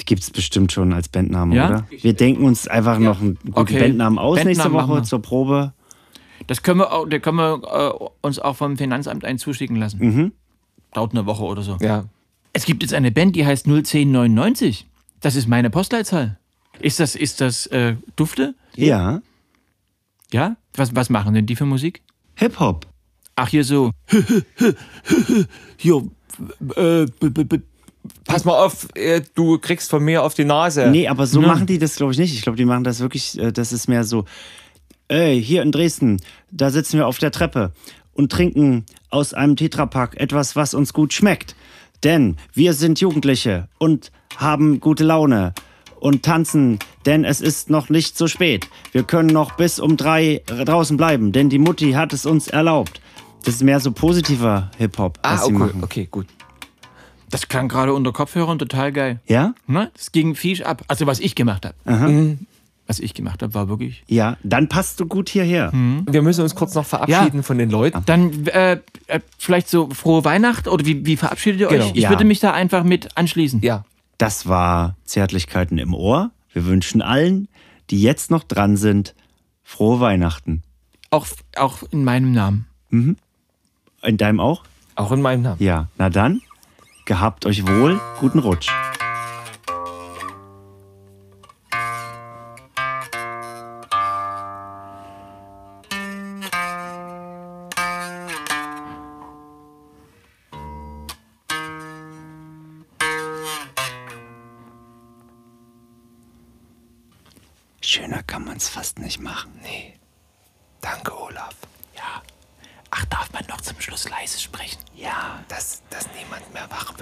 A: Die gibt es bestimmt schon als Bandname,
D: Ja?
A: oder? Wir denken uns einfach noch einen guten
D: Okay.
A: Bandnamen aus nächste
D: Bandnamen machen
A: Woche
D: wir.
A: zur Probe.
D: Das können wir, auch, da können wir äh, uns auch vom Finanzamt einen zuschicken lassen. Dauert eine Woche oder so.
B: Ja.
D: Es gibt jetzt eine Band, die heißt 01099. Das ist meine Postleitzahl. Ist das, ist das äh, Dufte?
A: Ja.
D: Ja? Was, was machen denn die für Musik?
A: Hip-Hop.
D: Ach, hier so. hier. Äh, b- b- b-
B: Pass mal auf, äh, du kriegst von mir auf die Nase.
A: Nee, aber so machen die das, glaube ich, nicht. Ich glaube, die machen das wirklich, äh, das ist mehr so, ey, hier in Dresden, da sitzen wir auf der Treppe und trinken aus einem Tetrapack etwas, was uns gut schmeckt. Denn wir sind Jugendliche und haben gute Laune und tanzen, denn es ist noch nicht so spät. Wir können noch bis um drei draußen bleiben, denn die Mutti hat es uns erlaubt. Das ist mehr so positiver Hip-Hop, was sie
B: ah, okay,
A: machen.
B: okay, gut.
D: Das klang gerade unter Kopfhörern total geil.
A: Ja?
D: Ne? Das ging fies ab. Also, was ich gemacht habe. Mhm. Was ich gemacht habe, war wirklich.
A: Ja, dann passt du gut hierher.
B: Hm. Wir müssen uns kurz noch verabschieden von den Leuten.
D: Dann äh, äh, vielleicht so frohe Weihnacht oder wie, wie verabschiedet ihr
B: Genau.
D: euch? Ich
A: Ja.
D: würde mich da einfach mit anschließen.
B: Ja.
A: Das war Zärtlichkeiten im Ohr. Wir wünschen allen, die jetzt noch dran sind, frohe Weihnachten.
D: Auch, auch in meinem Namen.
A: In deinem auch?
B: Auch in meinem Namen.
A: Ja. Na dann, gehabt euch wohl, guten Rutsch. Schöner kann man es fast nicht machen.
B: Nee. Danke, Olaf.
D: Ach, darf man noch zum Schluss leise sprechen?
A: Ja.
B: Dass, dass niemand mehr wach